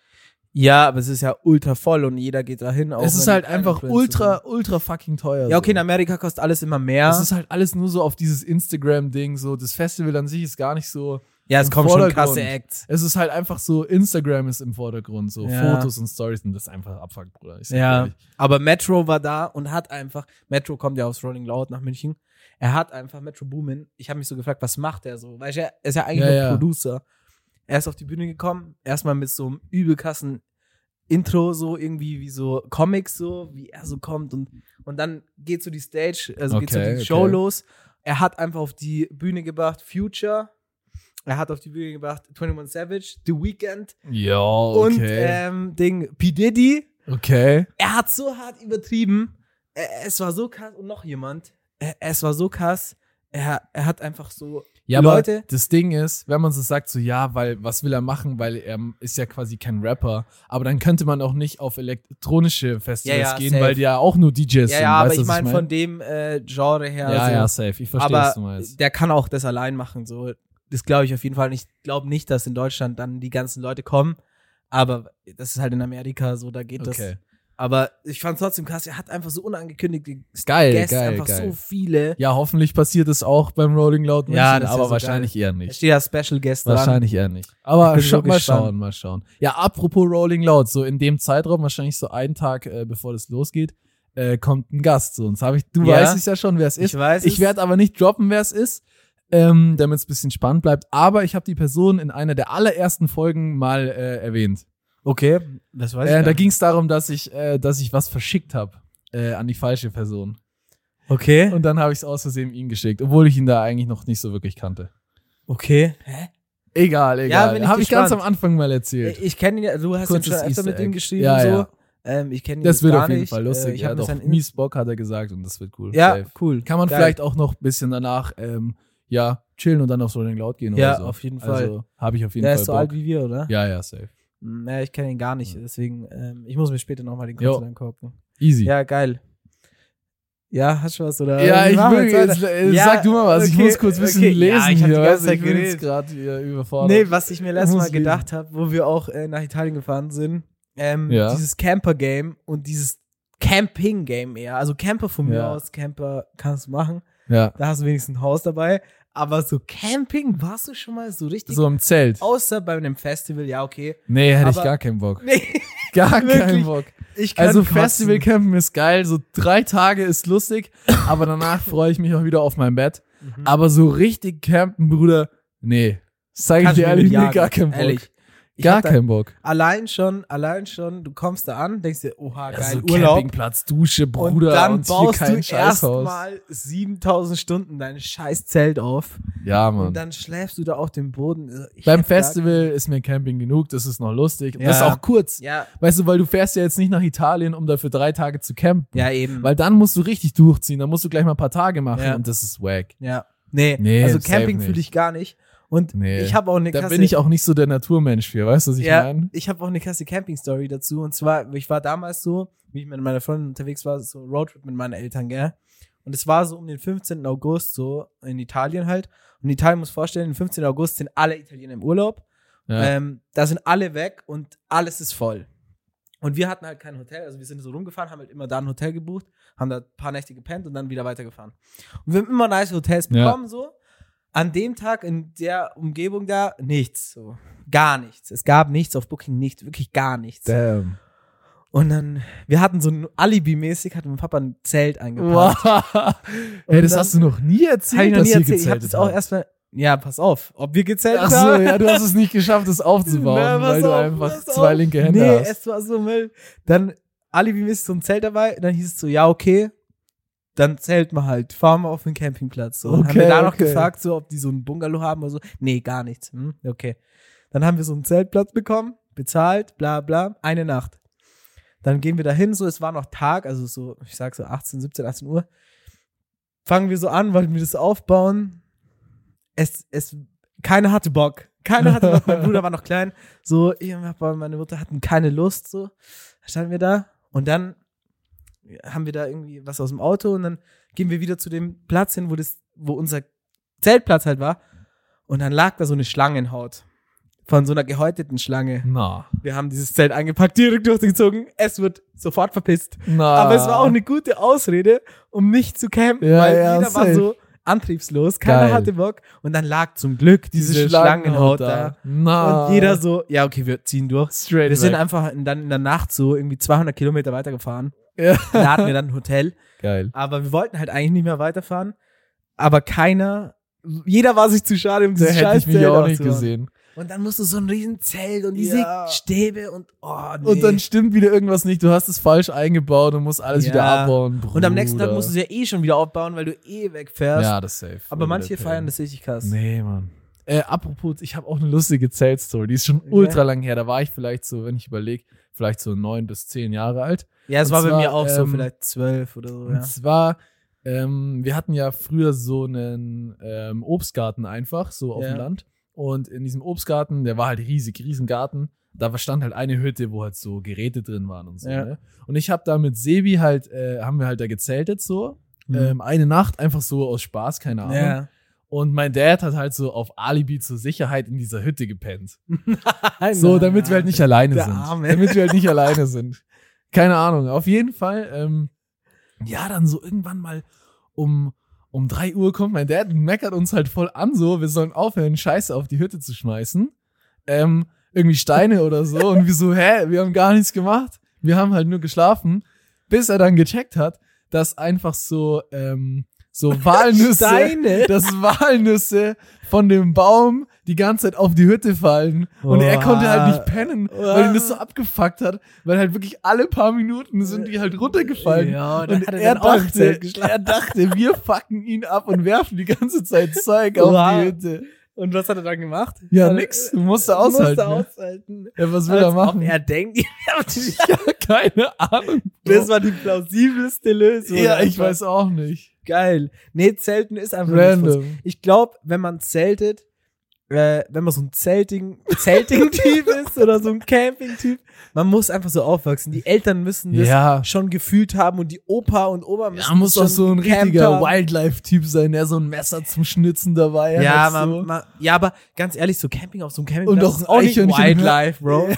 S2: Ja, aber es ist ja ultra voll und jeder geht da hin. auch
S1: es ist
S2: wenn
S1: halt
S2: keine
S1: einfach
S2: Influencer
S1: ultra, ultra fucking teuer.
S2: sind. Ja, okay, in
S1: so.
S2: Amerika kostet alles immer mehr.
S1: Es ist halt alles nur so auf dieses Instagram-Ding, so. Das Festival an sich ist gar nicht so.
S2: ja, es
S1: im
S2: kommen schon
S1: Vordergrund.
S2: krasse Acts.
S1: Es ist halt einfach so, Instagram ist im Vordergrund, so
S2: Ja.
S1: Fotos und Stories und das ist einfach Abfuck, Bruder. Ich sag
S2: Ja,
S1: ehrlich.
S2: aber Metro war da und hat einfach, Metro kommt ja aus Rolling Loud nach München. Er hat einfach Metro Boomin. Ich habe mich so gefragt, was macht er so? Weißt du, er ist ja eigentlich
S1: Ja,
S2: nur
S1: ja.
S2: Producer. Er ist auf die Bühne gekommen, erstmal mit so einem übelkassen Intro, so irgendwie wie so Comics, so wie er so kommt und, und dann geht so die Stage, also geht so die
S1: Okay, okay.
S2: Show los. Er hat einfach auf die Bühne gebracht Future. Er hat auf die Bühne gebracht 21 Savage, The Weeknd
S1: Ja, okay.
S2: und ähm, Ding P. Diddy
S1: okay.
S2: er hat so hart übertrieben. Er, es war so krass. Und noch jemand. Er, es war so krass. Er, er hat einfach so.
S1: Ja,
S2: Leute-
S1: aber das Ding ist, wenn man so sagt, so ja, weil was will er machen, weil er ist ja quasi kein Rapper, aber dann könnte man auch nicht auf elektronische Festivals
S2: Ja, ja,
S1: gehen,
S2: safe.
S1: weil die ja auch nur DJs sind.
S2: Ja, ja, aber
S1: weißt du,
S2: ich
S1: was
S2: meine von dem äh, Genre her.
S1: Ja,
S2: so.
S1: ja, safe. Ich verstehe, was du
S2: aber
S1: meinst.
S2: der kann auch das allein machen. So. Das glaube ich auf jeden Fall. Und ich glaube nicht, dass in Deutschland dann die ganzen Leute kommen. Aber das ist halt in Amerika so, da geht
S1: Okay.
S2: das. Aber ich fand trotzdem krass. Er hat einfach so unangekündigte
S1: Geil,
S2: Guests,
S1: geil,
S2: einfach
S1: geil.
S2: so viele.
S1: Ja, hoffentlich passiert es auch beim Rolling Loud München,
S2: Ja, das wär
S1: aber
S2: so
S1: wahrscheinlich eher
S2: Da
S1: nicht.
S2: steht ja Special Guest dran.
S1: Wahrscheinlich eher nicht. Aber
S2: bin
S1: scha
S2: so
S1: mal
S2: gespannt.
S1: schauen, mal schauen. Ja, apropos Rolling Loud, so in dem Zeitraum, wahrscheinlich so einen Tag, äh, bevor das losgeht, äh, kommt ein Gast zu uns. Hab ich, du
S2: Ja.
S1: weißt es ja schon, wer es ist.
S2: Ich weiß
S1: Ich
S2: es.
S1: werde aber nicht droppen, wer es ist, ähm, damit es ein bisschen spannend bleibt. Aber ich habe die Person in einer der allerersten Folgen mal äh, erwähnt.
S2: Okay, das weiß ich.
S1: Äh,
S2: gar
S1: da
S2: nicht.
S1: ging es darum, dass ich, äh, dass ich was verschickt habe äh, an die falsche Person.
S2: Okay.
S1: Und dann habe ich es aus Versehen ihm geschickt, obwohl ich ihn da eigentlich noch nicht so wirklich kannte.
S2: Okay. Hä?
S1: Egal, egal.
S2: bin
S1: Ja,
S2: ich
S1: habe ich ganz am
S2: gespannt.
S1: Anfang mal erzählt.
S2: Äh, Ich kenne ihn ja, du hast
S1: Kurzes
S2: ihn schon öfter
S1: Easter
S2: mit ihm
S1: Egg.
S2: geschrieben.
S1: Ja,
S2: so.
S1: ja.
S2: Ähm, ich kenne ihn
S1: das
S2: jetzt
S1: wird
S2: gar
S1: auf jeden
S2: nicht.
S1: Fall
S2: Äh,
S1: lustig.
S2: ich
S1: ja,
S2: hab mir
S1: doch.
S2: sein In-
S1: Mies Bock hat er gesagt und das wird cool.
S2: Ja,
S1: Safe.
S2: cool.
S1: Kann man
S2: Geil.
S1: vielleicht auch noch ein bisschen danach, ähm, ja, chillen und dann auf so den Laut gehen
S2: Ja,
S1: oder so.
S2: auf jeden Fall.
S1: Also, habe ich auf jeden
S2: Der
S1: Fall
S2: ist so
S1: Bock.
S2: alt wie wir, oder?
S1: ja, ja, safe.
S2: Hm, Ja, ich kenne ihn gar nicht, deswegen, ähm, ich muss mir später nochmal den
S1: Jo.
S2: Konzert angucken.
S1: Easy.
S2: Ja, geil. Ja, hast du was, oder?
S1: Ja,
S2: Wie
S1: ich
S2: machen wir
S1: will
S2: weiter?
S1: jetzt, äh,
S2: Ja,
S1: sag du mal was, ich
S2: okay,
S1: muss kurz ein bisschen
S2: okay.
S1: lesen
S2: ja, ich hab
S1: hier,
S2: die
S1: weißt
S2: ganze
S1: du,
S2: Zeit
S1: ich bin
S2: geredet.
S1: jetzt gerade hier überfordert.
S2: Nee, was ich mir letztes
S1: Muss
S2: Mal
S1: leben.
S2: gedacht habe, wo wir auch äh, nach Italien gefahren sind, ähm,
S1: Ja.
S2: dieses Camper-Game und dieses Camping-Game eher. Also Camper von mir
S1: Ja.
S2: aus, Camper kannst du machen,
S1: Ja,
S2: da hast du wenigstens ein Haus dabei. Aber so Camping warst du schon mal so richtig.
S1: so im Zelt.
S2: Außer bei einem Festival, ja, okay.
S1: Nee, hätte ich
S2: Aber-
S1: gar keinen Bock.
S2: Nee,
S1: Gar keinen
S2: wirklich.
S1: Bock.
S2: ich kann
S1: Also
S2: kotzen.
S1: Festivalcampen ist geil, so drei Tage ist lustig, aber danach freue ich mich auch wieder auf mein Bett.
S2: Mhm.
S1: Aber so richtig campen, Bruder, nee. Sag ich
S2: Kannst
S1: dir
S2: du
S1: ehrlich,
S2: mit
S1: nee,
S2: jagen,
S1: gar keinen Bock.
S2: Ehrlich. Ich
S1: Gar
S2: hab da-
S1: keinen Bock.
S2: Allein schon, allein schon, du kommst da an, denkst dir, oha, geil,
S1: Also
S2: Urlaub.
S1: Campingplatz, Dusche, Bruder,
S2: und dann
S1: und hier
S2: baust
S1: kein
S2: du
S1: Scheißhaus.
S2: erstmal 7000 Stunden dein scheiß Zelt auf
S1: Ja, Mann.
S2: und dann schläfst du da auf dem Boden. Also, ich
S1: Beim
S2: hab da-
S1: Festival ist mir Camping genug, das ist noch lustig. Und
S2: Ja.
S1: das ist auch kurz.
S2: Ja,
S1: Weißt du, weil du fährst ja jetzt nicht nach Italien, um da für drei Tage zu campen.
S2: ja eben.
S1: Weil dann musst du richtig durchziehen, dann musst du gleich mal ein paar Tage machen
S2: Mhm. Ja.
S1: und das ist wack.
S2: ja. Nee,
S1: Nee,
S2: also
S1: safe
S2: Camping
S1: nicht.
S2: fühle ich gar nicht. Und
S1: Nee.
S2: ich habe auch eine
S1: Da
S2: krasse,
S1: bin ich auch nicht so der Naturmensch für, weißt du, was ich
S2: ja,
S1: meine?
S2: ich habe auch eine krasse Camping-Story dazu. Und zwar, ich war damals so, wie ich mit meiner Freundin unterwegs war, so Roadtrip mit meinen Eltern, gell? Und es war so um den 15. August so in Italien halt. Und Italien muss vorstellen, am 15. August sind alle Italiener im Urlaub.
S1: Ja.
S2: Ähm, da sind alle weg und alles ist voll. Und wir hatten halt kein Hotel, also wir sind so rumgefahren, haben halt immer da ein Hotel gebucht, haben da ein paar Nächte gepennt und dann wieder weitergefahren. Und wir haben immer nice Hotels
S1: Ja.
S2: bekommen, so. An dem Tag in der Umgebung da nichts, so. Gar nichts. Es gab nichts auf Booking, nichts, wirklich gar nichts.
S1: Damn.
S2: Und dann, wir hatten so ein Alibi-mäßig, hat mein Papa ein Zelt eingepackt.
S1: Wow. Ey, das
S2: dann-
S1: hast du noch nie
S2: Hab ich
S1: erzählt,
S2: noch
S1: dass
S2: nie
S1: ihr
S2: erzählt. Ich hab
S1: gezeltet
S2: das auch
S1: habt.
S2: erstmal, ja, pass auf, ob wir gezeltet
S1: Ach
S2: haben.
S1: so, ja, du hast es nicht geschafft, das aufzubauen,
S2: Na, pass
S1: weil du
S2: auf,
S1: einfach
S2: pass auf.
S1: zwei linke Hände
S2: nee,
S1: hast.
S2: es war so Müll. Dann alibimäßig so ein Zelt dabei. Dann hieß es so, ja, okay, dann zählt man halt. Fahren wir auf den Campingplatz. So. Dann haben wir
S1: Okay,
S2: da noch
S1: okay.
S2: gefragt, so, ob die so ein Bungalow haben oder so. Nee, gar nichts. Hm, okay. Dann haben wir so einen Zeltplatz bekommen, bezahlt, bla bla, eine Nacht. Dann gehen wir da hin, so, es war noch Tag, also so, ich sag so 18, 17, 18 Uhr. Fangen wir so an, wollten wir das aufbauen. Es, es, keiner hatte Bock. Keiner hatte Bock. Mein Bruder war noch klein. So, ich und mein Papa und meine Mutter hatten keine Lust, so. Da standen wir da und dann haben wir da irgendwie was aus dem Auto und dann gehen wir wieder zu dem Platz hin, wo das, wo unser Zeltplatz halt war. Und dann lag da so eine Schlangenhaut. Von so einer gehäuteten Schlange.
S1: Na.
S2: Wir haben dieses Zelt angepackt, direkt durchgezogen. Es wird sofort verpisst.
S1: Na.
S2: Aber es war auch eine gute Ausrede, um nicht zu campen,
S1: Ah. Ja,
S2: weil
S1: ja,
S2: jeder war
S1: safe.
S2: so antriebslos, keiner
S1: Geil.
S2: hatte Bock. Und dann lag zum Glück diese, Schlangenhaut da.
S1: Na.
S2: Und jeder so, ja, okay, wir ziehen durch.
S1: straight
S2: Wir sind
S1: Ah. weg.
S2: einfach in- dann in der Nacht so irgendwie 200 Kilometer weitergefahren.
S1: Ja.
S2: Da hatten wir dann ein Hotel.
S1: Geil.
S2: Aber wir wollten halt eigentlich nicht mehr weiterfahren. Aber keiner, jeder war sich zu schade, um
S1: Da
S2: dieses
S1: hätte ich
S2: scheiß
S1: mich
S2: Zelt
S1: auch nicht
S2: aufzubauen.
S1: gesehen.
S2: Und dann musst du so ein riesen Zelt und diese
S1: Ja.
S2: Stäbe und oh nee.
S1: Und dann stimmt wieder irgendwas nicht. Du hast es falsch eingebaut und musst alles
S2: Ja.
S1: wieder abbauen. Bruder.
S2: und am nächsten Tag musst du es ja eh schon wieder aufbauen, weil du eh wegfährst.
S1: Ja, das ist safe.
S2: Aber manche
S1: Pain.
S2: feiern das richtig krass.
S1: Nee, Mann. Äh, apropos, ich habe auch eine lustige Zeltstory. Die ist schon ultra lang her. Da war ich vielleicht so, wenn ich überlege, vielleicht so neun bis zehn Jahre alt.
S2: Ja, es
S1: Und
S2: war bei
S1: zwar,
S2: mir auch so,
S1: ähm,
S2: vielleicht zwölf oder so.
S1: Und
S2: Ja.
S1: zwar, ähm, wir hatten ja früher so einen ähm, Obstgarten einfach, so auf
S2: Ja.
S1: dem Land. Und in diesem Obstgarten, der war halt riesig, Riesengarten. Da stand halt eine Hütte, wo halt so Geräte drin waren und so.
S2: Ja.
S1: Ne? Und ich habe da mit Sebi halt, äh, haben wir halt da gezeltet so.
S2: Mhm.
S1: Ähm, eine Nacht einfach so aus Spaß, keine Ahnung.
S2: Ja.
S1: Und mein Dad hat halt so auf Alibi zur Sicherheit in dieser Hütte gepennt. So, damit wir halt nicht alleine
S2: Der
S1: sind.
S2: Arme.
S1: Damit wir halt nicht alleine sind. Keine Ahnung. Auf jeden Fall, ähm, ja, dann so irgendwann mal um, um 3 Uhr kommt mein Dad und meckert uns halt voll an, so, wir sollen aufhören, Scheiße auf die Hütte zu schmeißen. Ähm, irgendwie Steine oder so. Und wir so, hä, wir haben gar nichts gemacht. Wir haben halt nur geschlafen, bis er dann gecheckt hat, dass einfach so, ähm, so Walnüsse
S2: Steine.
S1: dass Walnüsse von dem Baum die ganze Zeit auf die Hütte fallen. Und er
S2: Oha.
S1: konnte halt nicht pennen, weil ihn das so abgefuckt hat, weil halt wirklich alle paar Minuten sind die halt runtergefallen.
S2: Ja, dann
S1: und
S2: hat er
S1: er
S2: dann auch im
S1: dachte,
S2: Zelt geschlafen.
S1: er dachte, wir fucken ihn ab und werfen die ganze Zeit Zeug auf
S2: Oha.
S1: die Hütte.
S2: Und was hat er dann gemacht?
S1: Ja,
S2: Hat er-
S1: nix. Du musst da aushalten.
S2: Musste
S1: ne?
S2: aushalten.
S1: Ja, was will
S2: Als
S1: er machen?
S2: ob er denkt,
S1: ja, keine Ahnung.
S2: das war die plausibelste Lösung.
S1: ja, ich weiß auch nicht.
S2: Geil. Nee, Zelten ist einfach nicht fürs-
S1: Random.
S2: Ich glaube, wenn man zeltet, äh, wenn man so ein Zelting, Zelting-Typ ist oder so ein Camping-Typ, man muss einfach so aufwachsen. Die Eltern müssen das
S1: Ja.
S2: schon gefühlt haben und die Opa und Oma müssen
S1: Ja, muss
S2: schon
S1: auch so ein
S2: gecampt
S1: richtiger
S2: haben.
S1: Wildlife-Typ sein, der so ein Messer zum Schnitzen dabei
S2: Ja,
S1: hat.
S2: man,
S1: so.
S2: man, ja, aber ganz ehrlich, so Camping auf so einem Camping
S1: Und doch
S2: ist auch nicht
S1: Eichhörnchen- ne?
S2: Wildlife, Bro.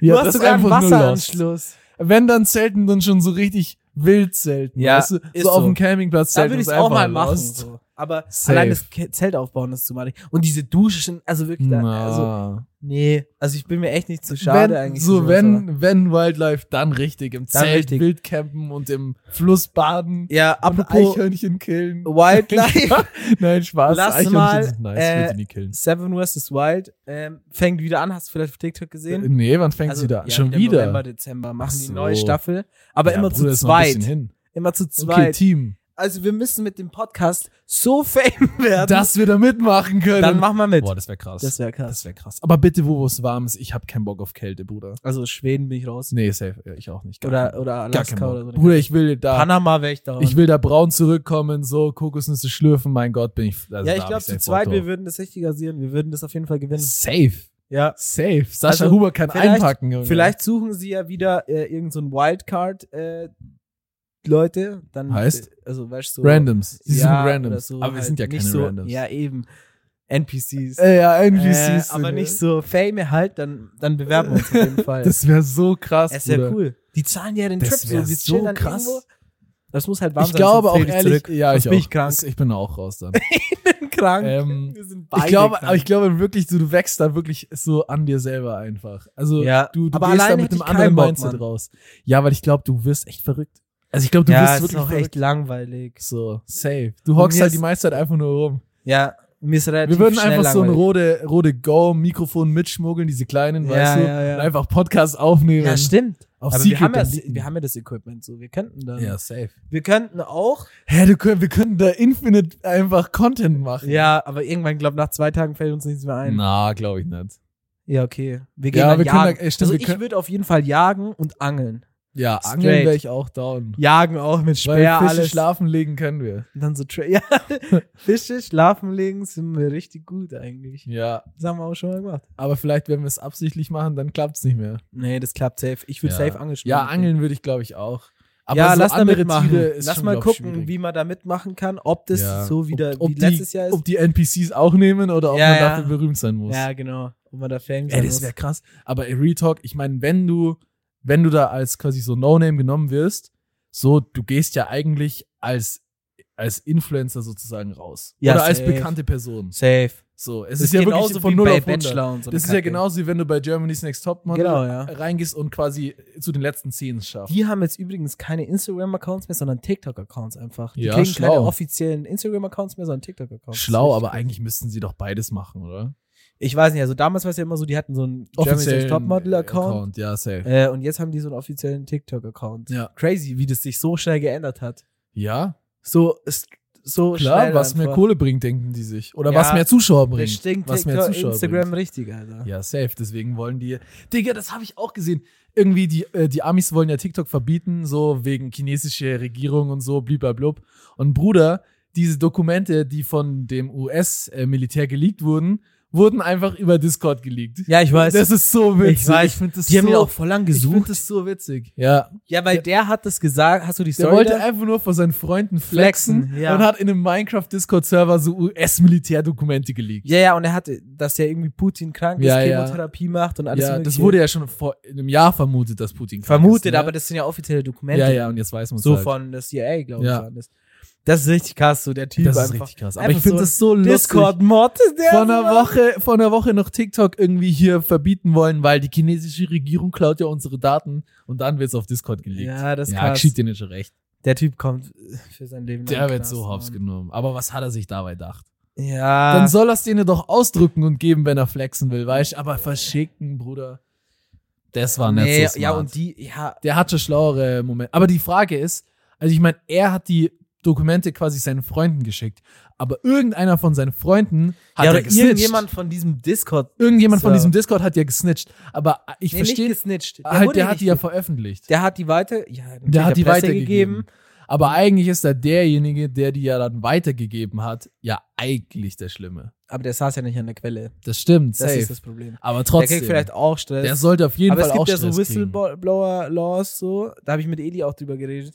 S1: ja,
S2: du
S1: das
S2: hast
S1: ist
S2: sogar einen
S1: einfach nur lost.
S2: Wasseranschluss.
S1: Wenn dann Zelten, dann schon so richtig wild Zelten.
S2: Ja,
S1: weißt du?
S2: ist
S1: so auf
S2: so.
S1: dem Campingplatz
S2: Da
S1: Zelten.
S2: würde ich
S1: ist
S2: es auch
S1: einfach
S2: mal machen.
S1: lost.
S2: So. Aber
S1: Safe.
S2: allein das Ke- Zelt aufbauen ist zu madig. Und diese Duschen, also wirklich, da,
S1: Na.
S2: also, nee, also ich bin mir echt nicht zu schade
S1: wenn,
S2: eigentlich. für
S1: So,
S2: sowas, aber-
S1: wenn, wenn Wildlife, dann richtig. Im
S2: Dann
S1: Zelt
S2: richtig.
S1: wild campen und im Fluss baden.
S2: Ja,
S1: und
S2: apropos
S1: Eichhörnchen killen.
S2: Wildlife,
S1: Nein, Spaß.
S2: Lass
S1: Eichhörnchen
S2: mal,
S1: sind nice.
S2: äh,
S1: Bitte nie killen.
S2: Seven vs. Wild, ähm, fängt wieder an, hast du vielleicht auf TikTok gesehen?
S1: Nee, wann fängt
S2: Also,
S1: sie da an?
S2: ja,
S1: schon wieder.
S2: November, Dezember machen die
S1: Ach
S2: neue
S1: so.
S2: Staffel, aber
S1: ja,
S2: immer,
S1: Bruder,
S2: zu
S1: ist noch ein bisschen
S2: zweit.
S1: hin.
S2: Immer zu
S1: Okay,
S2: zweit.
S1: Team.
S2: Also wir müssen mit dem Podcast so fame werden.
S1: dass wir da mitmachen können.
S2: dann machen wir mit.
S1: Boah, das wäre krass.
S2: das
S1: Das
S2: wäre krass.
S1: wäre krass. Aber bitte, wo wo es warm ist, ich habe keinen Bock auf Kälte, Bruder.
S2: also Schweden bin ich raus.
S1: Nee, safe, ja, ich auch nicht. Gar keinen
S2: Oder,
S1: Bock.
S2: oder
S1: gar keinen
S2: Alaska oder so.
S1: Bock. Bruder, ich will da
S2: Panama wäre ich da.
S1: ich will da braun zurückkommen, so Kokosnüsse schlürfen, mein Gott, bin ich also
S2: ja,
S1: da
S2: ich
S1: hab
S2: glaube, zu
S1: safe
S2: zweit,
S1: Bock
S2: wir
S1: drauf.
S2: würden das richtig rasieren. Wir würden das auf jeden Fall gewinnen.
S1: safe.
S2: Ja.
S1: Safe. Sascha
S2: Also,
S1: Huber kann
S2: vielleicht-
S1: einpacken, Junge.
S2: Vielleicht suchen sie ja wieder äh, irgendeinen so einen Wildcard äh, Leute, dann
S1: Heißt?
S2: äh, also weißt du so,
S1: Randoms. Die sind
S2: ja, oder
S1: Randoms.
S2: so
S1: aber wir
S2: halt
S1: sind ja
S2: nicht
S1: keine
S2: so,
S1: Randoms.
S2: Ja, eben NPCs.
S1: Äh, ja,
S2: Äh,
S1: NPCs.
S2: aber
S1: Junge.
S2: nicht so Fame halt, dann dann bewerben wir uns auf jeden Fall.
S1: Das wäre so krass.
S2: Es wäre
S1: Bruder.
S2: cool. Die zahlen ja den
S1: Das
S2: Trip so,
S1: wär
S2: wir
S1: so
S2: chillen dann
S1: krass.
S2: irgendwo. Das muss halt warm
S1: Ich
S2: sein. sonst
S1: glaube auch
S2: fliege ich
S1: ehrlich,
S2: zurück.
S1: ja,
S2: Sonst
S1: ich auch.
S2: bin ich krank.
S1: Ich bin auch raus dann.
S2: bin krank.
S1: Ähm,
S2: wir sind
S1: Ich
S2: beide
S1: glaube,
S2: krank.
S1: aber ich glaube wirklich, so, du wächst da wirklich so an dir selber einfach. Also
S2: Ja,
S1: du, du
S2: aber
S1: gehst da
S2: alleine
S1: mit
S2: hätte
S1: einem
S2: ich keinen
S1: anderen
S2: Bock,
S1: Mindset
S2: Mann.
S1: raus. Ja, weil ich glaube, du wirst echt verrückt. Also ich glaube, du
S2: ja,
S1: wirst
S2: ist
S1: wirklich
S2: noch
S1: verrückt.
S2: echt langweilig.
S1: so safe. Du hockst
S2: mir
S1: halt die
S2: ist-
S1: meiste Zeit einfach nur rum.
S2: Ja, mir ist relativ
S1: Wir würden
S2: schnell
S1: einfach so ein
S2: langweilig.
S1: rote, rote Go-Mikrofon mitschmuggeln, diese kleinen,
S2: Ja,
S1: weißt du,
S2: ja, ja.
S1: und einfach Podcasts aufnehmen.
S2: Ja, stimmt.
S1: Auf
S2: Aber
S1: Secret
S2: wir haben, ja,
S1: dann
S2: das-
S1: liegen.
S2: wir haben ja das Equipment so. Wir könnten dann.
S1: ja, safe.
S2: Wir könnten auch.
S1: Hä, du, könnt- wir könnten da Infinite einfach Content machen.
S2: Ja, aber irgendwann, glaube nach zwei Tagen fällt uns nichts mehr ein.
S1: Na, glaube ich nicht.
S2: Ja, okay. Wir gehen
S1: Ja,
S2: dann
S1: wir können
S2: jagen.
S1: da- äh, stimmt,
S2: also
S1: wir
S2: ich
S1: können-
S2: würde auf jeden Fall jagen und angeln.
S1: Ja,
S2: Straight.
S1: angeln wäre ich auch down.
S2: Jagen auch mit
S1: Weil
S2: Speer,
S1: Fische
S2: alles.
S1: schlafen legen können wir.
S2: Und dann so tra ja. Fische schlafen legen sind wir richtig gut eigentlich.
S1: Ja,
S2: Das haben wir auch schon mal gemacht.
S1: Aber vielleicht, wenn wir es absichtlich machen, dann klappt es nicht mehr.
S2: Nee, das klappt safe. Ich würde
S1: Ja.
S2: safe angeln.
S1: Ja, angeln würde ich, glaube ich, auch. Aber
S2: ja,
S1: so
S2: lass da
S1: andere
S2: mitmachen.
S1: Tiere ist
S2: lass
S1: schon,
S2: mal
S1: glaub ich,
S2: gucken,
S1: schwierig.
S2: wie man da mitmachen kann, ob das
S1: Ja.
S2: so wieder
S1: ob
S2: wie
S1: die,
S2: letztes Jahr ist.
S1: Ob die NPCs auch nehmen oder ob
S2: Ja,
S1: man
S2: ja.
S1: dafür berühmt sein muss.
S2: Ja, genau. wo man da Fan
S1: Ey, das wäre krass. Aber Real Talk, ich meine, wenn du, wenn du da als quasi so No-Name genommen wirst, so, du gehst ja eigentlich als, als Influencer sozusagen raus.
S2: Ja,
S1: Oder als
S2: safe.
S1: bekannte Person.
S2: Safe.
S1: So, es ist, ja wirklich von 0 auf 100.
S2: und so eine
S1: Das ist ja
S2: Kacke.
S1: genauso, wie wenn du bei Germany's Next Topmodel
S2: Genau, ja.
S1: reingehst und quasi zu den letzten Szenen schaffst.
S2: Die haben jetzt übrigens keine Instagram-Accounts mehr, sondern TikTok-Accounts einfach. Die
S1: Ja,
S2: kriegen keine
S1: schlau.
S2: offiziellen Instagram-Accounts mehr, sondern TikTok-Accounts.
S1: Schlau, aber eigentlich müssten sie doch beides machen, oder?
S2: Ich weiß nicht, also damals war es ja immer so, die hatten so einen Germany's Next Topmodel-Account.
S1: Account, Ja, safe.
S2: Äh, und jetzt haben die so einen offiziellen TikTok-Account.
S1: Ja.
S2: Crazy, wie das sich so schnell geändert hat.
S1: Ja,
S2: So, ist- so
S1: klar,
S2: schnell.
S1: was
S2: einfach.
S1: mehr Kohle bringt, denken die sich. Oder
S2: Ja,
S1: was mehr Zuschauer bringt.
S2: Bestimmt
S1: was mehr
S2: TikTok,
S1: Zuschauer
S2: Instagram richtig, Alter.
S1: bringt. Ne? Ja, safe. Deswegen wollen die. Digga, das habe ich auch gesehen. Irgendwie, die, äh, die Amis wollen ja TikTok verbieten, so wegen chinesische Regierung und so, blub. Und Bruder, diese Dokumente, die von dem US-Militär geleakt wurden, wurden einfach über Discord geleakt.
S2: Ja, ich weiß.
S1: Das ist so witzig.
S2: Ich weiß.
S1: find das
S2: die haben
S1: so,
S2: ihn auch vor lang
S1: ich find
S2: gesucht.
S1: das so witzig. Ja.
S2: Ja, weil der hat das gesagt. Hast du die
S1: Der
S2: Story?
S1: wollte
S2: da?
S1: einfach nur vor seinen Freunden flexen,
S2: Flexen, ja.
S1: und hat in einem Minecraft-Discord-Server so US-Militärdokumente geleakt.
S2: Ja, ja, und er hatte, dass ja irgendwie Putin krank ist,
S1: Ja, ja.
S2: Chemotherapie macht und alles.
S1: ja, das
S2: Mögliche.
S1: wurde ja schon vor einem Jahr vermutet, dass Putin krank ist,
S2: vermutet,
S1: ne?
S2: aber das sind ja offizielle Dokumente.
S1: ja, ja, und jetzt weiß man
S2: So
S1: halt.
S2: von der CIA, glaube ich,
S1: Ja.
S2: waren das. Das ist richtig krass, so der Typ
S1: Das ist
S2: einfach.
S1: richtig krass. Aber
S2: Einfach
S1: ich finde
S2: so
S1: das so lustig.
S2: Discord-Mod ist der.
S1: Vor einer,
S2: Mann.
S1: Woche, vor einer Woche noch TikTok irgendwie hier verbieten wollen, weil die chinesische Regierung klaut ja unsere Daten und dann wird's auf Discord gelegt.
S2: Ja, das ist
S1: ja,
S2: krass.
S1: geschieht denen schon recht.
S2: Der Typ kommt äh, für sein Leben.
S1: Der
S2: lang
S1: wird
S2: Knast,
S1: so hops
S2: Mann. Ah.
S1: genommen. Aber was hat er sich dabei gedacht?
S2: Ja.
S1: Dann soll er es denen doch ausdrücken und geben, wenn er flexen will, weißt du? Aber verschicken, Bruder. Das war nicht
S2: nee,
S1: so smart.
S2: ja, und die, ja,
S1: der hatte schlauere Momente. Aber die Frage ist, also ich meine, er hat die Dokumente quasi seinen Freunden geschickt, aber irgendeiner von seinen Freunden hat
S2: ja
S1: ja,
S2: oder
S1: gesnitcht.
S2: irgendjemand von diesem Discord.
S1: irgendjemand von
S2: So.
S1: diesem Discord hat ja gesnitcht. Aber ich
S2: nee, nicht
S1: verstehe,
S2: gesnitcht. Der,
S1: halt,
S2: wurde
S1: der hat die
S2: nicht,
S1: ja veröffentlicht.
S2: der hat die weiter, ja, natürlich
S1: Der hat die
S2: Presse
S1: weitergegeben. Aber eigentlich ist er derjenige, der die ja dann weitergegeben hat, ja eigentlich der Schlimme.
S2: Aber der saß ja nicht an der Quelle.
S1: Das stimmt,
S2: Das
S1: safe.
S2: ist das Problem.
S1: aber
S2: Der
S1: trotzdem,
S2: kriegt vielleicht auch Stress.
S1: der sollte auf jeden
S2: aber
S1: Fall auch
S2: es gibt ja so
S1: Stress kriegen.
S2: Whistleblower-Laws, so. Da habe ich mit Eli auch drüber geredet.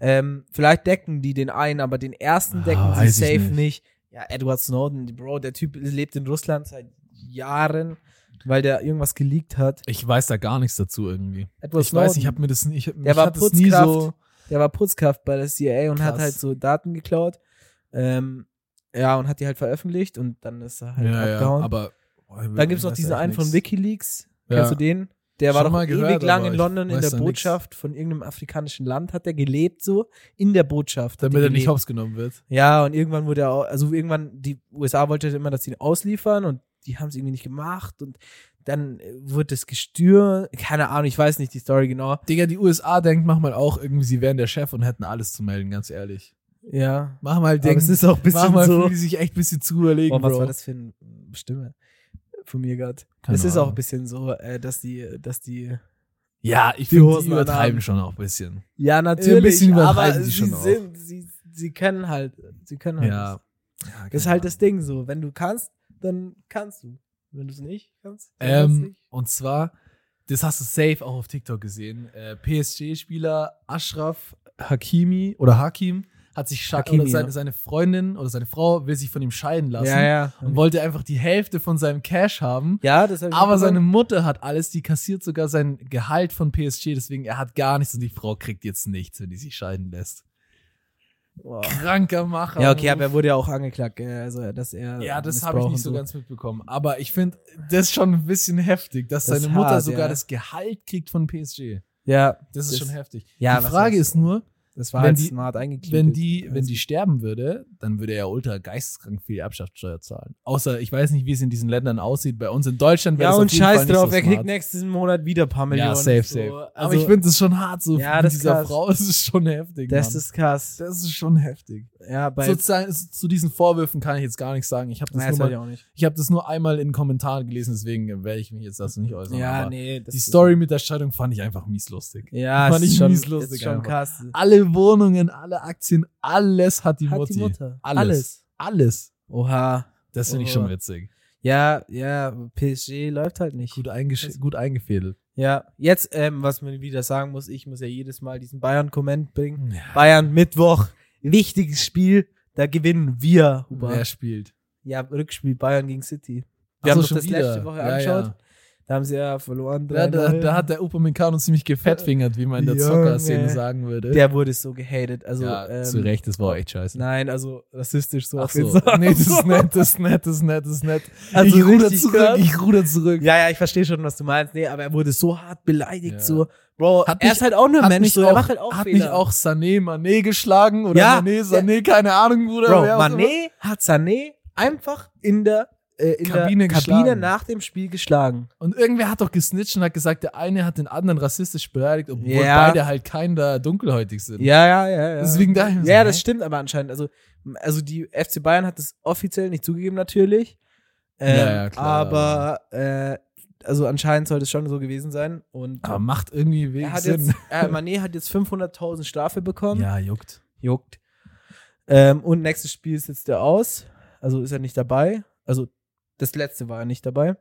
S2: Ähm, vielleicht decken die den einen, aber den ersten
S1: Ah,
S2: decken sie
S1: weiß ich
S2: safe
S1: nicht.
S2: nicht. Ja, Edward Snowden, Bro, der Typ lebt in Russland seit Jahren, weil der irgendwas geleakt hat.
S1: Ich weiß da gar nichts dazu irgendwie.
S2: Edward
S1: ich weiß, ich habe mir das nie, ich,
S2: der
S1: mich
S2: war
S1: hat das nie
S2: Putzkraft,
S1: so
S2: der war Putzkraft bei der CIA und hat
S1: Krass.
S2: halt so Daten geklaut. Ähm, ja, und hat die halt veröffentlicht und dann ist er halt
S1: ja, ja,
S2: abgehauen.
S1: aber
S2: Dann gibt es noch diesen einen von Wikileaks.
S1: Ja.
S2: Kennst du den? Der
S1: Schon
S2: war doch
S1: mal gehört,
S2: ewig lang
S1: aber
S2: in
S1: ich
S2: London in
S1: weiß
S2: der
S1: da nix.
S2: Botschaft von irgendeinem afrikanischen Land, hat der gelebt so, in der Botschaft. hat
S1: Damit
S2: der
S1: er nicht
S2: gelebt.
S1: hops genommen wird.
S2: Ja, und irgendwann wurde er, au- also irgendwann, die USA wollte immer, dass sie ihn ausliefern und die haben es irgendwie nicht gemacht und dann äh, wurde das Gestür, keine Ahnung, ich weiß nicht die Story genau.
S1: Digga, die USA denkt manchmal auch irgendwie, sie wären der Chef und hätten alles zu melden, ganz ehrlich.
S2: Ja.
S1: Mach mal,
S2: Aber es
S1: denken,
S2: ist auch ein
S1: mach
S2: bisschen
S1: mal,
S2: so.
S1: fühlen die sich echt ein bisschen zu überlegen,
S2: Boah, was
S1: Bro.
S2: war das für eine Stimme von mir gerade?
S1: Keine
S2: Es ist auch
S1: Ahnung.
S2: ein bisschen so, äh, dass die, dass die
S1: Ja, ich
S2: Die
S1: finde, die
S2: Hosen
S1: übertreiben
S2: anhaben.
S1: schon auch ein bisschen.
S2: Ja,
S1: Ein
S2: natürlich,
S1: bisschen
S2: aber
S1: übertreiben
S2: sie
S1: sie schon auch.
S2: sind, sie, sie können halt, sie können halt.
S1: Ja.
S2: das. Das ist halt das Ding so, wenn du kannst, dann kannst du. Wenn du es nicht kannst, dann kannst
S1: Ähm,
S2: du nicht.
S1: und zwar, das hast du safe auch auf TikTok gesehen. Äh, PSG-Spieler Ashraf Hakimi oder Hakim hat sich scha-
S2: Hakimi,
S1: oder seine,
S2: ja.
S1: seine Freundin oder seine Frau will sich von ihm scheiden lassen
S2: Ja, ja.
S1: und wollte einfach die Hälfte von seinem Cash haben.
S2: ja, das hab ich
S1: Aber
S2: mitbekommen.
S1: seine Mutter hat alles, die kassiert sogar sein Gehalt von PSG, deswegen er hat gar nichts und die Frau kriegt jetzt nichts, wenn die sich scheiden lässt.
S2: Boah.
S1: Kranker Macher.
S2: Ja, okay, aber er wurde ja auch angeklagt, äh, also dass er
S1: ja, das
S2: Missbrauch
S1: habe ich
S2: und
S1: nicht so ganz mitbekommen. Aber ich finde das schon ein bisschen heftig, dass
S2: Das
S1: seine
S2: ist
S1: Mutter
S2: hart,
S1: sogar
S2: ja.
S1: das Gehalt kriegt von PSG.
S2: Ja,
S1: Das ist
S2: Das-
S1: schon heftig.
S2: ja,
S1: die
S2: was
S1: Frage
S2: heißt-
S1: ist nur,
S2: das war
S1: wenn
S2: halt
S1: die-
S2: smart Also, eingeklickt.
S1: wenn die, wenn die sterben würde, dann würde er ja ultra geisteskrank viel Erbschaftssteuer zahlen. Außer, ich weiß nicht, wie es in diesen Ländern aussieht. Bei uns in Deutschland wäre
S2: ja
S1: das
S2: und
S1: auf jeden Fall
S2: scheiß
S1: nicht
S2: drauf,
S1: so
S2: er kriegt
S1: smart.
S2: nächsten Monat wieder ein paar Millionen.
S1: Ja, safe,
S2: so.
S1: safe.
S2: Also,
S1: aber ich finde es schon hart, so
S2: Ja,
S1: von
S2: das ist
S1: dieser
S2: krass.
S1: Frau. Das ist schon heftig.
S2: das
S1: Mann.
S2: ist krass.
S1: das ist schon heftig.
S2: Ja, bei
S1: Sozusagen, zu diesen Vorwürfen kann ich jetzt gar nichts sagen. Ich habe das,
S2: Nein, das
S1: nur
S2: wollte ich
S1: mal-
S2: halt auch nicht.
S1: ich hab das nur einmal in Kommentaren gelesen, deswegen werde ich mich jetzt dazu nicht äußern.
S2: Ja,
S1: aber
S2: nee, das
S1: die
S2: ist-
S1: Story mit der Scheidung fand ich einfach mies lustig.
S2: Ja,
S1: Fand
S2: es
S1: ich
S2: ist schon,
S1: mies lustig
S2: ist schon
S1: einfach.
S2: krass.
S1: Alle Wohnungen, alle Aktien, alles hat die,
S2: Hat
S1: Mutti.
S2: die Mutter.
S1: Alles. Alles.
S2: Oha.
S1: Das finde ich
S2: Oh.
S1: schon witzig.
S2: Ja, ja, PSG läuft halt nicht.
S1: Gut, eingesch- gut eingefädelt.
S2: Ja, jetzt, ähm, was man wieder sagen muss, ich muss ja jedes Mal diesen Bayern-Komment bringen.
S1: Ja.
S2: Bayern Mittwoch, wichtiges Spiel, da gewinnen wir. Huber.
S1: Wer spielt?
S2: Ja, Rückspiel Bayern gegen City. Wir
S1: Ach so,
S2: haben
S1: schon
S2: uns das
S1: wieder.
S2: letzte Woche
S1: Ja,
S2: angeschaut.
S1: ja.
S2: Da haben sie ja verloren.
S1: Ja, da,
S2: 3-0.
S1: da hat der Upamecano ziemlich gefettfingert, wie man in der
S2: Junge.
S1: Zocker-Szene sagen würde.
S2: der wurde so gehatet. Also,
S1: ja,
S2: ähm,
S1: zu Recht, das war echt scheiße.
S2: Nein, also rassistisch so
S1: Ach
S2: auf
S1: so.
S2: jeden Fall.
S1: Nee, das ist nett, das ist nett, das ist nett, das ist nett.
S2: Also
S1: ich ruder
S2: richtig
S1: zurück,
S2: krass.
S1: ich ruder zurück.
S2: Ja, ja, ich verstehe schon, was du meinst. Nee, aber er wurde so hart beleidigt,
S1: Ja.
S2: so. Bro,
S1: Hat
S2: er
S1: mich-
S2: ist halt auch nur ein
S1: Hat
S2: Mensch,
S1: nicht
S2: so,
S1: auch,
S2: er macht halt auch
S1: hat
S2: Fehler.
S1: nicht auch Sané Mané geschlagen oder
S2: Ja,
S1: Mané Sané, keine Ahnung, Bruder.
S2: Bro,
S1: wer auch immer.
S2: Mané hat Sané einfach in der, äh, in
S1: Kabine
S2: der Kabine
S1: geschlagen.
S2: nach dem Spiel geschlagen.
S1: Und irgendwer hat doch gesnitcht und hat gesagt, der eine hat den anderen rassistisch beleidigt, obwohl
S2: Ja.
S1: beide halt kein da dunkelhäutig sind.
S2: Ja, ja, ja. ja.
S1: Deswegen dachte ich mir so,
S2: Ja,
S1: hä?
S2: das stimmt aber anscheinend. Also, also die FC Bayern hat das offiziell nicht zugegeben, natürlich. Ähm,
S1: Ja, ja, klar.
S2: Aber äh, also anscheinend sollte es schon so gewesen sein. Und
S1: Aber macht irgendwie
S2: er
S1: wenig
S2: hat
S1: Sinn.
S2: jetzt, äh, Mané hat jetzt 500.000 Strafe bekommen.
S1: ja, juckt.
S2: Juckt. Ähm, und nächstes Spiel sitzt er aus. Also ist er nicht dabei. Also das letzte war er nicht dabei.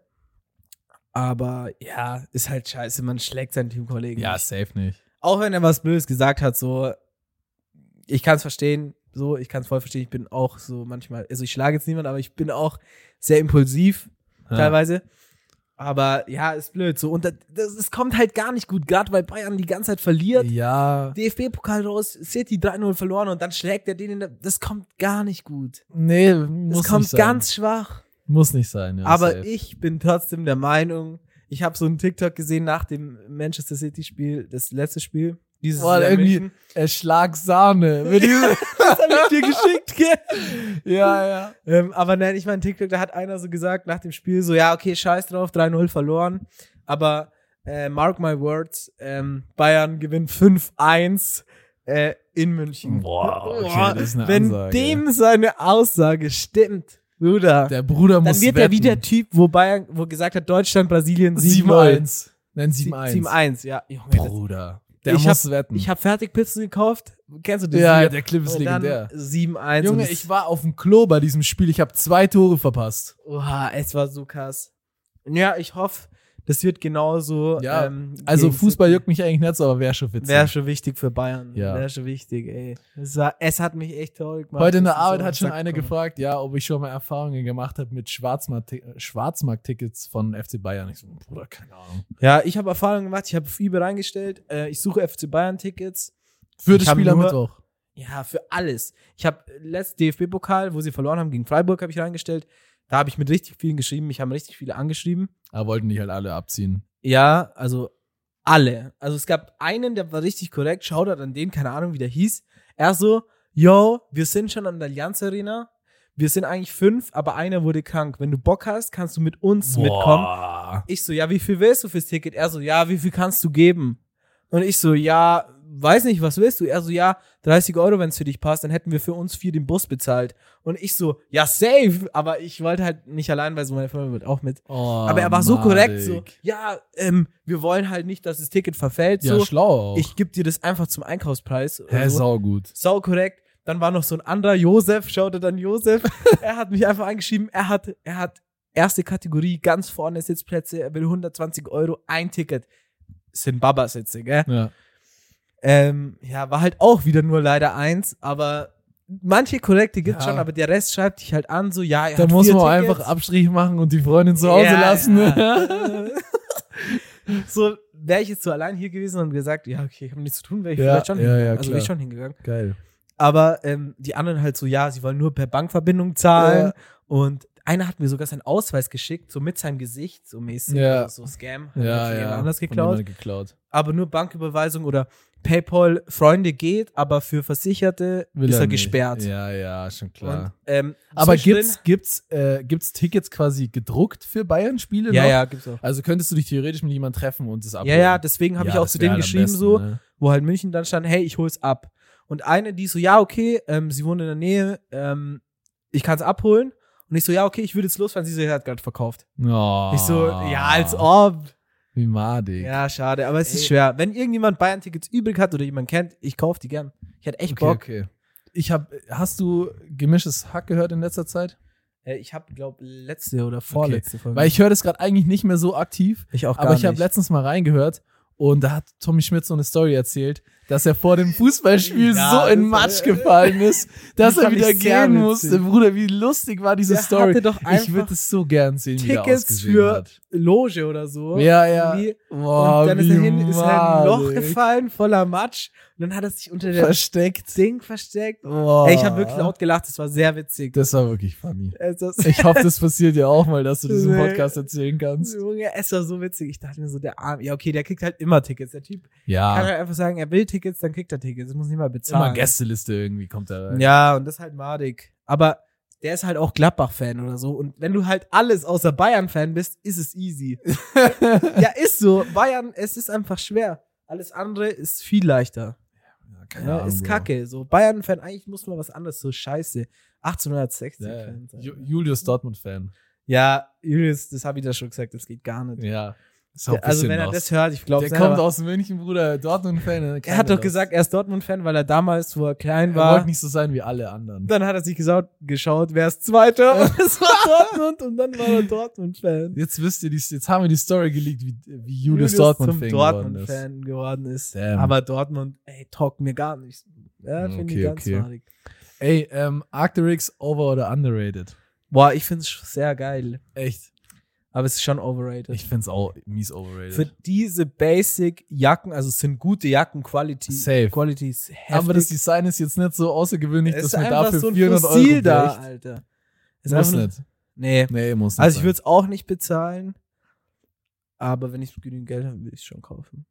S2: Aber ja, ist halt scheiße. Man schlägt seinen Teamkollegen.
S1: Ja,
S2: nicht
S1: safe nicht.
S2: auch wenn er was Blödes gesagt hat, so, ich kann es verstehen, so, ich kann es voll verstehen, ich bin auch so manchmal, also ich schlage jetzt niemanden, aber ich bin auch sehr impulsiv
S1: Ja.
S2: teilweise. Aber ja, ist blöd, so, und das, das, das kommt halt gar nicht gut, gerade weil Bayern die ganze Zeit verliert.
S1: Ja.
S2: DFB-Pokal raus, City 3-0 verloren und dann schlägt er den in der, das kommt gar nicht gut.
S1: Nee,
S2: Das
S1: muss
S2: kommt
S1: nicht sein.
S2: ganz schwach.
S1: muss nicht sein, ja.
S2: Aber
S1: safe.
S2: ich bin trotzdem der Meinung, ich habe so einen TikTok gesehen nach dem Manchester City-Spiel, das letzte Spiel. Dieses
S1: Boah,
S2: Jahr in
S1: irgendwie-
S2: München.
S1: Äh, Schlag Sahne. Mit diesem-
S2: Das habe ich dir geschickt, gell?
S1: ja, ja.
S2: Ähm, aber nein, ich meine, TikTok, da hat einer so gesagt nach dem Spiel, so, ja, okay, scheiß drauf, 3-0 verloren. Aber äh, mark my words, ähm, Bayern gewinnt 5-1 äh, in München.
S1: Boah, okay, das ist eine
S2: Wenn
S1: Ansage.
S2: dem seine Aussage stimmt, Bruder,
S1: Der Bruder muss
S2: dann wird er
S1: wetten.
S2: wie der Typ, wo Bayern, wo gesagt hat, Deutschland, Brasilien 7-0.
S1: 7-1. Nein, 7-1.
S2: 7-1, ja. Junge, das-
S1: Bruder. Der
S2: Ich
S1: muss wetten.
S2: Ich habe Fertigpizzen gekauft. Kennst du das?
S1: ja,
S2: Video?
S1: der Clip ist
S2: Und dann
S1: legendär.
S2: 7-1. und
S1: Junge,
S2: es-
S1: ich war auf dem Klo bei diesem Spiel. Ich habe zwei Tore verpasst.
S2: Oha, es war so krass. Ja, ich hoffe, das wird genauso.
S1: Ja,
S2: ähm,
S1: Also
S2: gegen
S1: Fußball
S2: City.
S1: juckt mich eigentlich nicht so, aber wäre schon witzig.
S2: Wäre schon wichtig für Bayern.
S1: Ja.
S2: Wäre schon wichtig, ey. Es, war, es hat mich echt traurig gemacht.
S1: Heute in der
S2: dass es so
S1: Arbeit
S2: auf
S1: hat
S2: den
S1: schon
S2: Sack
S1: einer
S2: kommt.
S1: gefragt, ja, ob ich schon mal Erfahrungen gemacht habe mit Schwarzmarkt- Schwarzmarkt-Tickets von FC Bayern. Ich so, Bruder, keine Ahnung.
S2: Ja, ich habe Erfahrungen gemacht. Ich habe Fieber reingestellt. Äh, ich suche FC Bayern-Tickets.
S1: Für das
S2: Ich hab
S1: Spiel am
S2: nur-
S1: Mittwoch.
S2: Ja, für alles. Ich äh, habe letztes DFB-Pokal, wo sie verloren haben, gegen Freiburg, habe ich reingestellt. Da habe ich mit richtig vielen geschrieben. Mich haben richtig viele angeschrieben.
S1: Aber wollten die halt alle abziehen.
S2: Ja, also alle. Also es gab einen, der war richtig korrekt. Shoutout an den, keine Ahnung, wie der hieß. Er so, yo, wir sind schon an der Allianz Arena. Wir sind eigentlich fünf, aber einer wurde krank. Wenn du Bock hast, kannst du mit uns mitkommen.
S1: Boah.
S2: Ich so, ja, wie viel willst du fürs Ticket? Er so, ja, wie viel kannst du geben? Und ich so, ja, weiß nicht, was willst du? Er so, ja, 30 Euro, wenn es für dich passt, dann hätten wir für uns vier den Bus bezahlt. Und ich so, ja, safe. Aber ich wollte halt nicht allein, weil so meine Freundin wird auch mit.
S1: Oh,
S2: Aber er war so
S1: Madik.
S2: korrekt, so, ja, ähm, wir wollen halt nicht, dass das Ticket verfällt,
S1: Ja,
S2: so,
S1: schlau auch.
S2: ich gebe dir das einfach zum Einkaufspreis. oder
S1: Hä,
S2: so.
S1: sau gut.
S2: Sau korrekt. Dann war noch so ein anderer, Josef, schaute dann Josef, er hat mich einfach angeschrieben, er hat, er hat erste Kategorie, ganz vorne Sitzplätze, er will 120 Euro, ein Ticket. Sind Babasitze, gell?
S1: Ja.
S2: Ähm, ja, war halt auch wieder nur leider eins, aber manche korrekte gibt's
S1: Ja.
S2: schon, aber der Rest schreibt dich halt an, so, ja, er
S1: Da
S2: hat
S1: muss
S2: vier
S1: man auch
S2: Tickets.
S1: einfach Abstrich machen und die Freundin zu Hause
S2: Ja,
S1: lassen. ne?
S2: ja. so wäre ich jetzt so allein hier gewesen und gesagt, ja, okay, ich habe nichts zu tun, wäre ich
S1: Ja,
S2: vielleicht schon
S1: ja,
S2: hingegangen.
S1: ja,
S2: also wäre
S1: klar.
S2: ich schon hingegangen.
S1: Geil.
S2: Aber ähm, die anderen halt so, ja, sie wollen nur per Bankverbindung zahlen.
S1: Ja.
S2: Und einer hat mir sogar seinen Ausweis geschickt, so mit seinem Gesicht, so mäßig.
S1: Ja.
S2: Also so Scam. hat mir
S1: Ja,
S2: schon jemand
S1: ja.
S2: Anders
S1: Von
S2: geklaut.
S1: jemandem geklaut.
S2: Aber nur Banküberweisung oder PayPal Freunde geht, aber für Versicherte
S1: Will
S2: ist er,
S1: nicht.
S2: gesperrt.
S1: Ja, ja, schon klar.
S2: Und, ähm,
S1: Aber
S2: zwischendrin-
S1: gibt's, gibt's, äh, gibt's Tickets quasi gedruckt für Bayern-Spiele?
S2: Ja,
S1: noch?
S2: ja, gibt's auch.
S1: Also könntest du dich theoretisch mit jemandem treffen und das
S2: Ja,
S1: abholen?
S2: ja, deswegen habe ich auch
S1: das
S2: zu
S1: wär
S2: dem
S1: halt am
S2: geschrieben,
S1: besten,
S2: so,
S1: ne?
S2: wo halt München dann stand, hey, ich hol's ab. Und eine, die so, ja, okay, ähm, sie wohnt in der Nähe, ähm, ich kann's abholen. Und ich so, ja, okay, ich würde jetzt losfahren. Sie so, ja, hat gerade verkauft.
S1: Oh,
S2: Ich so, ja, als ob.
S1: Wie madig.
S2: Ja, schade, aber es ist
S1: Ah. Ey.
S2: schwer. Wenn irgendjemand Bayern-Tickets übrig hat oder jemand kennt, ich kaufe die gern. Ich hatte echt
S1: okay,
S2: Bock.
S1: okay. Ich hab, hast du gemischtes Hack gehört in letzter Zeit?
S2: Äh, Ich habe, glaube letzte oder vorletzte Folge.
S1: Weil ich höre das gerade eigentlich nicht mehr so aktiv,
S2: ich auch
S1: aber ich habe
S2: letzte
S1: letztens mal reingehört und da hat Tommy Schmidt so eine Story erzählt, dass er vor dem Fußballspiel
S2: Ja,
S1: so in
S2: das war-
S1: Matsch gefallen ist, dass
S2: Das
S1: er
S2: fand
S1: wieder
S2: ich sehr
S1: gehen
S2: witzig.
S1: musste. Bruder, wie lustig war diese
S2: Der
S1: Story.
S2: hatte doch
S1: ich
S2: einfach
S1: würde es so gern sehen, wie der
S2: Tickets
S1: ausgesehen
S2: für-
S1: hat.
S2: Loge oder so.
S1: Ja, ja. Oh,
S2: Irgendwie.
S1: Boah,
S2: und dann ist er, hin, ist er ein Loch
S1: madig.
S2: gefallen, voller Matsch. Und dann hat er sich unter der
S1: Versteckt.
S2: Ding versteckt.
S1: Boah.
S2: Ey, ich habe wirklich laut gelacht, das war sehr witzig.
S1: Oh. Das war wirklich funny.
S2: es, das,
S1: Ich hoffe, das passiert dir auch mal, dass du diesen
S2: Nee.
S1: Podcast erzählen kannst.
S2: Junge, es war so witzig. Ich dachte mir so, der Arm, ja okay, der kriegt halt immer Tickets. Der Typ kann
S1: Ja,
S2: halt einfach sagen, er will Tickets, dann kriegt er Tickets. Das muss nicht mal bezahlen.
S1: Ah. immer Gästeliste irgendwie kommt da rein.
S2: Ja, und das ist halt madig. Aber der ist halt auch Gladbach-Fan oder so. Und wenn du halt alles außer Bayern-Fan bist, ist es easy. ja, ist so. Bayern, es ist einfach schwer. Alles andere ist viel leichter.
S1: Ja,
S2: Ja,
S1: keine Ahnung,
S2: ist
S1: Bro.
S2: kacke. So, Bayern-Fan, eigentlich muss man was anderes. So, scheiße. 1860.
S1: Ja,
S2: Fan sein.
S1: Ju- Julius Dortmund-Fan.
S2: Ja, Julius, das habe ich da schon gesagt, das geht gar nicht.
S1: Ja. Ist auch ein
S2: also,
S1: bisschen
S2: wenn er
S1: lost.
S2: das hört, ich glaube,
S1: Der kommt aus München, Bruder. Dortmund-Fan.
S2: er hat doch gesagt, er ist Dortmund-Fan, weil er damals, wo er klein
S1: er
S2: war,
S1: wollte nicht so sein wie alle anderen.
S2: dann hat er sich gesaut, geschaut, wer ist Zweiter und es war Dortmund und dann war er Dortmund-Fan.
S1: Jetzt wisst ihr, die, jetzt haben wir die Story geleakt, wie, wie Julius, Dortmund-Fan geworden ist.
S2: Dortmund-Fan geworden ist.
S1: Damn. Mm,
S2: Aber Dortmund, ey, talk mir gar nicht. Ja, finde
S1: Okay,
S2: ich ganz
S1: okay.
S2: madig.
S1: Ey, ähm, Arcturix, over oder underrated?
S2: Boah, ich finde es sehr geil,
S1: Echt?
S2: aber es ist schon overrated.
S1: Ich find's auch mies
S2: Für
S1: overrated.
S2: diese Basic-Jacken, also es sind gute Jacken, Quality.
S1: Safe.
S2: Quality ist heftig.
S1: Aber das Design ist jetzt nicht so außergewöhnlich,
S2: Es
S1: dass
S2: ist
S1: man
S2: einfach
S1: dafür
S2: so ein
S1: 400
S2: Fossil
S1: Euro
S2: da,
S1: kriegt.
S2: Alter. Es ist
S1: Muss
S2: einfach nur-
S1: nicht.
S2: Nee.
S1: Nee, muss nicht.
S2: Also ich
S1: sein.
S2: würde es auch nicht bezahlen, aber wenn ich genügend Geld habe, würde ich es schon kaufen.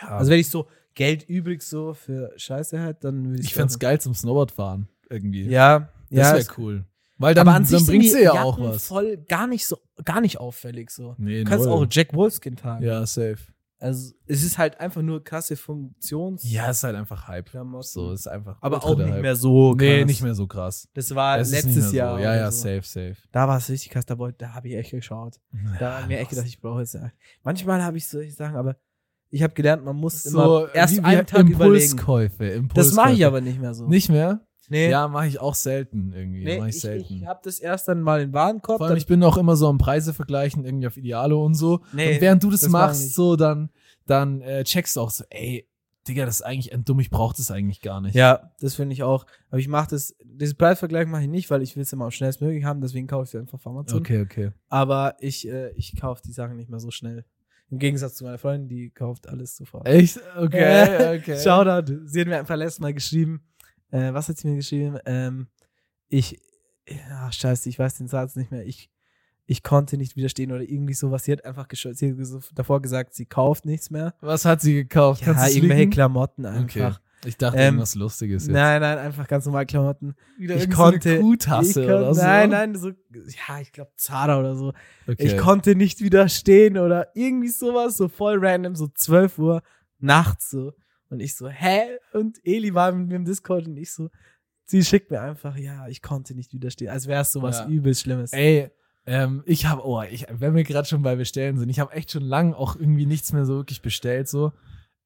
S1: Ja,
S2: Also wenn ich so Geld übrig so für Scheiße hätte, dann würde ich.
S1: ich find's geil zum Snowboardfahren irgendwie.
S2: Ja,
S1: das
S2: ja.
S1: wär
S2: es-
S1: cool. Weil dann,
S2: aber an sich
S1: dann
S2: sind
S1: bringst
S2: die
S1: du ja
S2: Jacken
S1: auch was.
S2: voll gar nicht so, gar nicht auffällig so.
S1: Nee,
S2: Du kannst
S1: null.
S2: auch Jack Wolfskin tragen.
S1: Ja, safe.
S2: Also es ist halt einfach nur krasse Funktions.
S1: Ja, ist halt einfach Hype.
S2: Klamotten.
S1: So, ist einfach.
S2: aber
S1: ultra
S2: auch
S1: der
S2: nicht
S1: Hype.
S2: mehr so. Krass.
S1: Mhm. Nee, nicht mehr so krass.
S2: Das war
S1: Es ist nicht
S2: letztes
S1: mehr
S2: Jahr.
S1: So. Ja,
S2: oder
S1: ja,
S2: so.
S1: safe, safe.
S2: Da war es richtig krass, da, wollte- da habe ich echt geschaut. Da habe ich mir echt gedacht, ich brauche jetzt. äh, Manchmal habe ich solche Sachen, aber ich habe gelernt, man muss
S1: so
S2: immer erst
S1: wie- wie
S2: einen Tag überlegen.
S1: Impulskäufe, Impulskäufe.
S2: Das mache ich aber nicht mehr so.
S1: nicht mehr.
S2: Nee.
S1: Ja, mache ich auch selten irgendwie.
S2: Nee,
S1: mach ich
S2: ich,
S1: selten.
S2: ich habe das erst dann mal in Warenkorb.
S1: Vor allem,
S2: Dann,
S1: ich bin auch immer so am Preise vergleichen, irgendwie auf Idealo und so.
S2: Nee,
S1: und während du das,
S2: das mach ich
S1: machst,
S2: nicht.
S1: so, dann, dann äh, checkst du auch so, ey, Digga, das ist eigentlich ein dumm, ich brauch das eigentlich gar nicht.
S2: ja, das finde ich auch. Aber ich mache das, diesen Preisvergleich mache ich nicht, weil ich will es immer am schnellstmöglich haben, deswegen kaufe ich es einfach auf Amazon.
S1: Okay, okay.
S2: Aber ich, äh, ich kaufe die Sachen nicht mehr so schnell. Im Gegensatz zu meiner Freundin, die kauft alles sofort.
S1: Echt? Okay, okay.
S2: Shoutout. Sie hat mir einfach letztes Mal geschrieben. Äh, was hat sie mir geschrieben? Ähm, ich, ach scheiße, ich weiß den Satz nicht mehr. Ich, ich konnte nicht widerstehen oder irgendwie sowas. Sie hat einfach gesch- sie hat so davor gesagt, sie kauft nichts mehr.
S1: Was hat sie gekauft?
S2: Ja,
S1: du's
S2: irgendwelche
S1: leaken?
S2: Klamotten
S1: Okay.
S2: einfach.
S1: Ich dachte,
S2: Ähm,
S1: irgendwas Lustiges jetzt.
S2: Nein, nein, einfach ganz normal Klamotten.
S1: Wieder
S2: ich
S1: irgend So
S2: konnte-
S1: eine Kuhtasse
S2: ich kon-
S1: oder so.
S2: Nein, nein, so, ja, ich glaube Zara oder so.
S1: Okay.
S2: Ich konnte nicht widerstehen oder irgendwie sowas, so voll random, so 12 Uhr nachts so. Und ich so, hä? Und Eli war mit mir im Discord und ich so, sie schickt mir einfach, ja, ich konnte nicht widerstehen. Also Als wäre es sowas
S1: Ja.
S2: übel Schlimmes.
S1: Ey, ähm, ich habe, oh, ich, wenn wir gerade schon bei Bestellen sind, ich habe echt schon lange auch irgendwie nichts mehr so wirklich bestellt, so.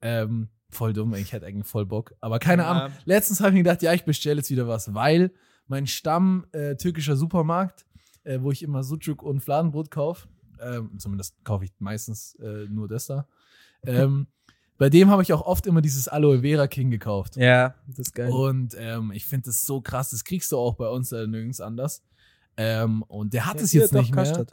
S1: Ähm, voll dumm, ich hätte eigentlich voll Bock. Aber keine
S2: Ja.
S1: Ahnung. Letztens habe ich mir gedacht, ja, ich bestelle jetzt wieder was, weil mein Stamm äh, türkischer Supermarkt, äh, wo ich immer Sucuk und Fladenbrot kaufe, ähm, zumindest kaufe ich meistens äh, nur das da. Ähm, bei dem habe ich auch oft immer dieses Aloe Vera King gekauft.
S2: Ja, das ist geil.
S1: Und ähm, ich finde das so krass, das kriegst du auch bei uns äh, nirgends anders. Ähm, und der hat es jetzt nicht mehr.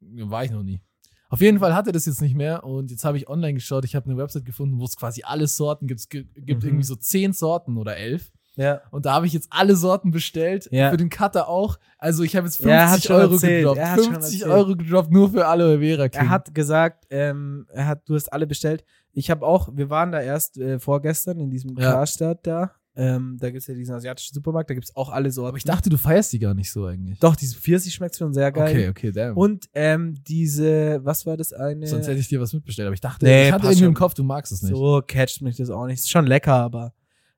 S1: War ich noch nie. Auf jeden Fall hat er das jetzt nicht mehr und jetzt habe ich online geschaut. Ich habe eine Website gefunden, wo es quasi alle Sorten gibt. Es gi- gibt
S2: Mhm.
S1: irgendwie so zehn Sorten oder elf.
S2: Ja.
S1: Und da habe ich jetzt alle Sorten bestellt.
S2: Ja.
S1: Für den Cutter auch. Also ich habe jetzt
S2: Ja, er hat
S1: 50
S2: schon
S1: Euro
S2: erzählt.
S1: gedroppt.
S2: Er hat schon
S1: 50
S2: erzählt.
S1: Euro gedroppt nur für Aloe Vera King.
S2: Er hat gesagt, ähm, er hat, du hast alle bestellt. Ich habe auch, wir waren da erst äh, vorgestern in diesem
S1: Ja.
S2: Karstadt da. Ähm, da gibt es ja diesen asiatischen Supermarkt, da gibt es auch alle Sorten.
S1: Aber ich dachte, du feierst die gar nicht so eigentlich.
S2: Doch, diese Pfirsich schmeckt schon sehr geil.
S1: Okay, okay, damn.
S2: Und ähm, diese, was war das eine?
S1: Sonst hätte ich dir was mitbestellt. Aber ich dachte,
S2: Nee,
S1: ich hatte
S2: passt
S1: irgendwie im
S2: schon.
S1: Kopf, du magst es nicht.
S2: so catcht mich das auch nicht. Ist schon lecker, aber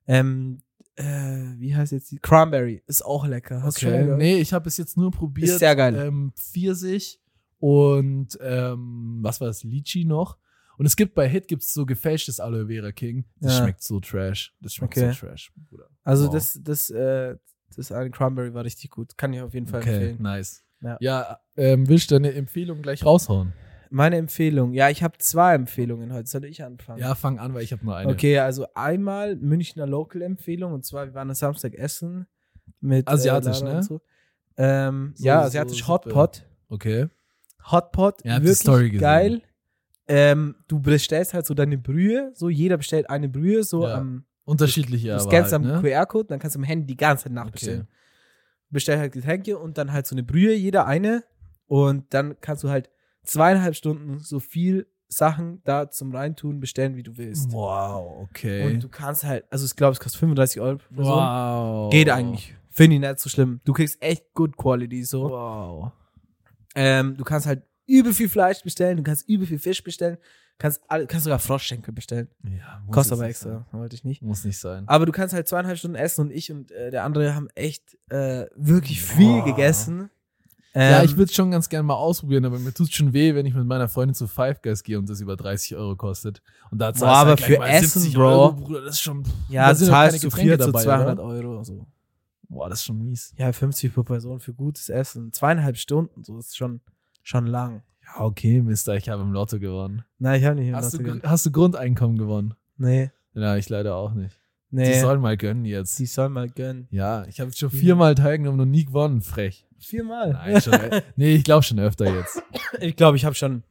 S2: ähm, äh, wie heißt jetzt die? Cranberry ist auch lecker. Hast du schon
S1: Okay.
S2: mal gehört?
S1: Nee, ich habe bis jetzt nur probiert.
S2: Ist sehr geil.
S1: Ähm, Pfirsich und ähm, was war das? Lychee noch. Und es gibt bei Hit gibt's so gefälschtes Aloe Vera King. Das
S2: Ja.
S1: schmeckt so trash. Das schmeckt
S2: Okay.
S1: so trash, Bruder.
S2: Also
S1: Wow.
S2: das, das, äh, das eine Cranberry war richtig gut. Kann ich auf jeden Fall
S1: Okay,
S2: empfehlen.
S1: nice.
S2: Ja.
S1: Ja, ähm, willst du deine Empfehlung gleich raushauen?
S2: Meine Empfehlung. Ja, ich habe zwei Empfehlungen heute. Soll ich anfangen?
S1: Ja, fang an, weil ich habe nur eine.
S2: Okay, also einmal Münchner Local-Empfehlung und zwar, wir waren am Samstag essen mit äh,
S1: Asiatisch,
S2: Lara
S1: ne?
S2: und So. Ähm,
S1: So-
S2: ja,
S1: so
S2: asiatisch
S1: Suppe.
S2: Hotpot.
S1: Okay.
S2: Hotpot,
S1: Ja, hab die
S2: wirklich
S1: Story gesehen.
S2: geil. Ähm, du bestellst halt so deine Brühe, so jeder bestellt eine Brühe, so
S1: Ja,
S2: am,
S1: Unterschiedliche
S2: du
S1: aber
S2: scannst
S1: halt,
S2: am
S1: ne?
S2: QR-Code, dann kannst du am Handy die ganze Zeit nachbestellen.
S1: Okay.
S2: Bestell halt Getränke und dann halt so eine Brühe, jeder eine. Und dann kannst du halt zweieinhalb Stunden so viel Sachen da zum Reintun bestellen, wie du willst.
S1: Wow, okay.
S2: Und du kannst halt, also ich glaube, es kostet 35 Euro. pro Person.
S1: wow.
S2: Geht eigentlich. Finde ich nicht so schlimm. Du kriegst echt good quality so.
S1: Wow.
S2: Ähm, du kannst halt übel viel Fleisch bestellen, du kannst übel viel Fisch bestellen, kannst, alle- kannst sogar Froschschenkel bestellen.
S1: Ja, muss jetzt
S2: Kostet aber
S1: nicht
S2: extra,
S1: sein.
S2: wollte ich nicht.
S1: Muss nicht sein.
S2: Aber du kannst halt zweieinhalb Stunden essen und ich und äh, der andere haben echt äh, wirklich viel
S1: Boah.
S2: gegessen.
S1: ja,
S2: Ähm,
S1: ich würde es schon ganz gerne mal ausprobieren, aber mir tut es schon weh, wenn ich mit meiner Freundin zu Five Guys gehe und das über 30 Euro kostet. Und da zahlst du
S2: aber
S1: halt gleich
S2: für
S1: mal
S2: Essen,
S1: 70
S2: Bro.
S1: Euro, Bruder, das ist schon,
S2: ja, also
S1: da sind ja
S2: zahlst
S1: keine
S2: du
S1: Getränke
S2: 4 zu
S1: dabei,
S2: 200
S1: oder?
S2: Euro. So.
S1: boah, das ist schon mies.
S2: Ja, 50 pro Person für gutes Essen. Zweieinhalb Stunden, so ist schon, schon lang.
S1: Ja, okay, Mister, ich habe im Lotto gewonnen.
S2: Nein, ich habe nicht. im
S1: Hast
S2: Lotto
S1: du,
S2: gewonnen.
S1: hast du Grundeinkommen gewonnen?
S2: Nee,
S1: Ja, ich leider auch nicht.
S2: nee.
S1: Die Mhm. sollen mal gönnen jetzt.
S2: die sollen mal gönnen.
S1: Ja, ich habe schon viermal teilgenommen und nie gewonnen, frech.
S2: Viermal.
S1: Nein, schon, nee, ich glaube schon öfter jetzt.
S2: Ich glaube, ich habe schon,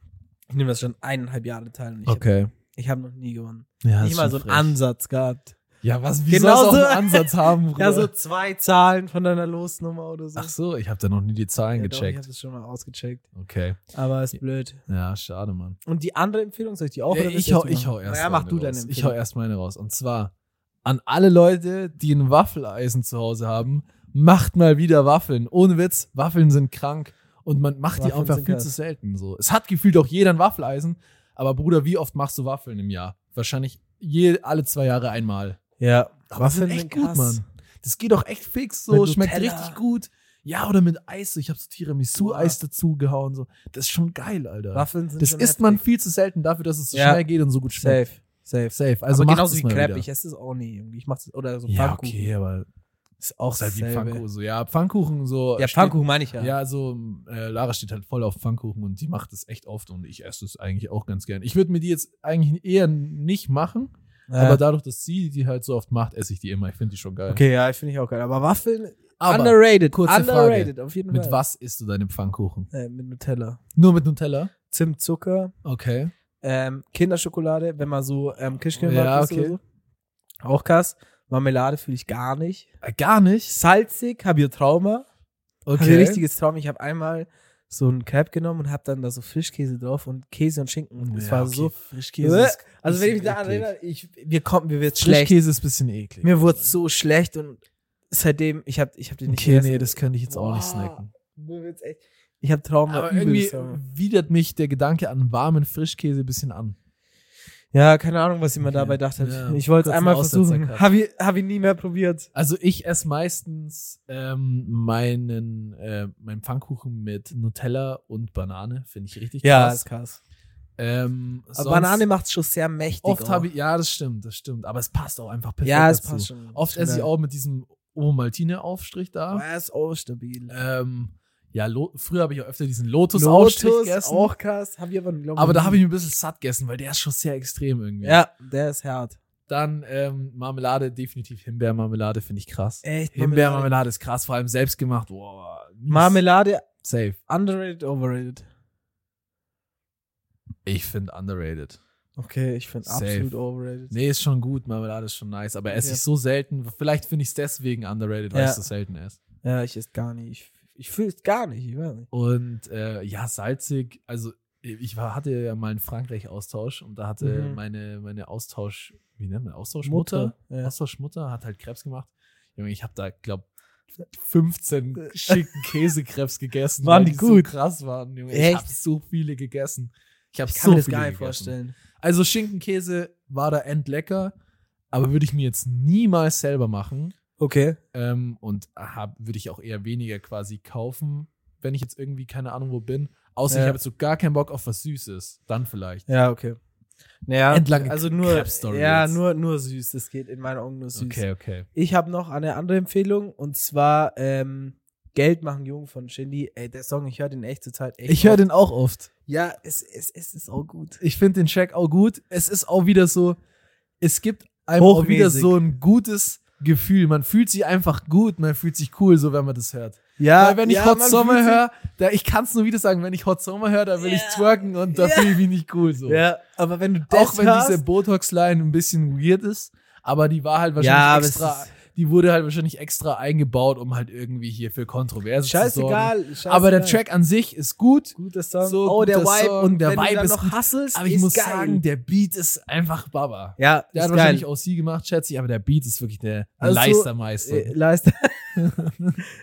S2: ich nehme das schon eineinhalb Jahre teil und ich hab-
S1: Okay.
S2: ich habe hab noch nie gewonnen.
S1: Ja, das
S2: Nicht
S1: ist
S2: mal
S1: schon
S2: so einen
S1: frech.
S2: Ansatz gehabt.
S1: Ja, was, wie
S2: Genau
S1: soll's
S2: so.
S1: auch einen Ansatz haben, Bruder?
S2: Ja, so zwei Zahlen von deiner Losnummer oder so.
S1: Ach so, ich habe da noch nie die Zahlen
S2: ja, doch, ich
S1: gecheckt.
S2: habe das schon mal ausgecheckt.
S1: okay.
S2: Aber ist
S1: Ja.
S2: blöd.
S1: Ja, schade, Mann.
S2: Und die andere Empfehlung soll ich die auch?
S1: Äh,
S2: oder willst
S1: ich,
S2: du
S1: hau,
S2: jetzt
S1: ich
S2: machen?
S1: hau erst
S2: Naja, mach
S1: meine
S2: du deine
S1: raus. Ich hau
S2: Empfehlung.
S1: erst meine raus. Und zwar an alle Leute, die ein Waffeleisen zu Hause haben, macht mal wieder Waffeln. Ohne Witz, Waffeln sind krank und man macht die
S2: Waffeln
S1: einfach
S2: sind
S1: viel
S2: geil.
S1: zu selten. So, es hat gefühlt auch jeder ein Waffeleisen, aber Bruder, wie oft machst du Waffeln im Jahr? Wahrscheinlich je, alle zwei Jahre einmal.
S2: Ja.
S1: Aber Waffeln sind echt gut,
S2: krass.
S1: Mann. Das geht doch echt fix, so
S2: Mit
S1: schmeckt
S2: Nutella.
S1: richtig gut. Ja, oder mit Eis. so. Ich habe so Tiramisu-Eis dazu gehauen. So. Das ist schon geil, Alter.
S2: Waffeln sind
S1: das
S2: schon
S1: isst man
S2: heftig.
S1: viel zu selten dafür, dass es so
S2: Ja.
S1: schnell geht und so gut schmeckt.
S2: Safe. Safe.
S1: Safe. Also
S2: aber
S1: macht
S2: genauso
S1: es
S2: wie
S1: mal
S2: Crepe.
S1: wieder.
S2: Ich esse es auch nie irgendwie. Ich mach's, oder so
S1: ja,
S2: Pfannkuchen.
S1: okay, aber
S2: Ist auch
S1: ist halt wie
S2: dasselbe.
S1: Pfannkuchen. So. Ja, Pfannkuchen so.
S2: Ja,
S1: steht-
S2: Pfannkuchen meine ich ja.
S1: Ja, so äh, Lara steht halt voll auf Pfannkuchen und die macht es echt oft und ich esse es eigentlich auch ganz gern. Ich würde mir die jetzt eigentlich eher nicht machen,
S2: Ja.
S1: aber dadurch, dass sie die halt so oft macht, esse ich die immer. Ich finde die schon geil.
S2: okay, ja, finde ich auch geil. Aber Waffeln,
S1: Aber
S2: underrated.
S1: kurze Frage.
S2: underrated, auf jeden
S1: mit
S2: Fall.
S1: was isst du deinen Pfannkuchen?
S2: Äh, mit Nutella.
S1: Nur mit Nutella?
S2: Zimt, Zucker,
S1: Okay.
S2: ähm, Kinderschokolade, wenn man so ähm, Kirschkernwaffel
S1: Ja,
S2: isst oder
S1: okay.
S2: so. Auch krass. Marmelade fühle ich gar nicht.
S1: Äh, gar nicht.
S2: Salzig, habe ich ein Trauma. Okay. Hab ich
S1: Okay.
S2: ein richtiges Trauma. Ich habe einmal so einen Crepe genommen und habe dann da so Frischkäse drauf und Käse und Schinken. Und es
S1: Ja,
S2: war
S1: okay.
S2: so.
S1: Frischkäse. ist-
S2: also wenn ich mich
S1: bisschen
S2: daran
S1: eklig.
S2: erinnere, ich, wir kommen, mir wird's schlecht.
S1: Frischkäse ist ein bisschen eklig.
S2: Mir wurde so schlecht und seitdem, ich habe ich hab den nicht
S1: Okay,
S2: gegessen.
S1: nee, das könnte ich jetzt auch nicht
S2: Boah.
S1: snacken.
S2: Mir wird's echt. Ich habe Trauma.
S1: Aber
S2: übelst
S1: irgendwie
S2: Trauma.
S1: widert mich der Gedanke an warmen Frischkäse ein bisschen an.
S2: Ja, keine Ahnung, was ich mir
S1: Okay.
S2: dabei gedacht habe.
S1: Ja,
S2: Ich wollte es
S1: kurz
S2: einmal
S1: einen Aussetzer
S2: versuchen.
S1: gehabt.
S2: Habe ich, hab ich nie mehr probiert.
S1: Also ich esse meistens ähm, meinen, äh, meinen Pfannkuchen mit Nutella und Banane. Finde ich richtig
S2: Ja,
S1: krass.
S2: ist krass.
S1: Ähm,
S2: Aber
S1: sonst-
S2: Banane macht's schon sehr mächtig.
S1: Oft
S2: auch.
S1: habe ich, ja, das stimmt, das stimmt. Aber es passt auch einfach perfekt
S2: Ja, es
S1: dazu.
S2: passt schon.
S1: Oft
S2: Schon
S1: esse ich
S2: geil.
S1: auch mit diesem Ovomaltine-Aufstrich da.
S2: Aber er ist auch stabil.
S1: Ähm, ja, Lo früher habe ich ja öfter diesen Lotus-Aufstrich
S2: Lotus,
S1: gegessen.
S2: auch krass. Hab ich aber, glaub,
S1: aber da
S2: nie.
S1: habe ich mir ein bisschen satt gegessen, weil der ist schon sehr extrem irgendwie.
S2: Ja, der ist hart.
S1: Dann ähm, Marmelade, definitiv Himbeermarmelade, finde ich krass.
S2: Echt? Marmelade.
S1: Himbeermarmelade ist krass, vor allem selbst gemacht. Boah, mies.
S2: Marmelade,
S1: Safe.
S2: underrated, overrated.
S1: Ich finde underrated.
S2: Okay, ich finde
S1: Safe.
S2: absolut overrated.
S1: Nee, ist schon gut, Marmelade ist schon nice, aber esse
S2: Ja.
S1: ich so selten. Vielleicht finde ich es deswegen underrated, weil
S2: Ja.
S1: ich es so selten esse.
S2: Ja, ich esse gar nicht. Ich, ich fühle es gar nicht. Ich weiß nicht.
S1: Und äh, ja, salzig, also ich war, hatte ja mal einen Frankreich-Austausch und da hatte
S2: Mhm.
S1: meine, meine Austausch, wie nennt man, Austauschmutter?
S2: Ja.
S1: Austauschmutter hat halt Krebs gemacht. Junge, ich habe da, glaube 15 schicken Käsekrebs gegessen.
S2: Äh, Waren
S1: weil
S2: die gut?
S1: So krass waren, Junge. Ich
S2: Echt?
S1: habe so viele gegessen. Ich habe
S2: Ich
S1: so
S2: kann mir das
S1: viele
S2: gar nicht
S1: gegessen.
S2: vorstellen.
S1: Also Schinkenkäse war da endlecker, aber würde ich mir jetzt niemals selber machen.
S2: Okay.
S1: Ähm, und hab- würde ich auch eher weniger quasi kaufen, wenn ich jetzt irgendwie keine Ahnung wo bin. Außer
S2: Ja.
S1: ich habe jetzt so gar keinen Bock auf was Süßes. Dann vielleicht.
S2: Ja, okay. Naja,
S1: Entlang-
S2: also nur,
S1: Crab-Story
S2: ja,
S1: jetzt.
S2: nur, nur süß. Das geht in meinen Augen nur süß.
S1: Okay, okay.
S2: Ich habe noch eine andere Empfehlung und zwar ähm, Geld machen Jung von Shindy. Ey, der Song, ich höre den echt zur Zeit echt.
S1: Ich höre
S2: oft.
S1: den auch oft.
S2: Ja, es, es, es ist auch gut.
S1: Ich finde den Track auch gut. Es ist auch wieder so, es gibt einem auch wieder
S2: Hochmäßig.
S1: so ein gutes Gefühl. Man fühlt sich einfach gut, man fühlt sich cool, so wenn man das hört.
S2: Ja,
S1: Weil wenn ich
S2: ja,
S1: Hot
S2: man
S1: Summer
S2: fühlt sich-
S1: höre, da- ich kann es nur wieder sagen, wenn ich Hot Summer höre, da will
S2: Ja.
S1: ich twerken und da
S2: Ja.
S1: fühle ich mich nicht cool. So.
S2: Ja, aber wenn du das
S1: Auch wenn
S2: hörst,
S1: diese Botox-Line ein bisschen weird ist, aber die war halt wahrscheinlich
S2: Ja, aber es
S1: extra,
S2: ist-
S1: die wurde halt wahrscheinlich extra eingebaut, um halt irgendwie hier für Kontroverse zu sorgen.
S2: scheißegal, scheißegal.
S1: Aber der Track an sich ist gut.
S2: Guter Song.
S1: So,
S2: oh, der
S1: guter
S2: Vibe.
S1: Song.
S2: Und
S1: Der
S2: wenn du
S1: Vibe
S2: dann
S1: ist
S2: noch
S1: gut.
S2: hustlest,
S1: Aber ich
S2: ist
S1: muss
S2: geil.
S1: sagen, der Beat ist einfach Baba. Der
S2: ja, ist
S1: hat
S2: geil.
S1: wahrscheinlich auch sie gemacht, schätze ich, aber der Beat ist wirklich der
S2: Also,
S1: Leistermeister.
S2: äh, Leiste.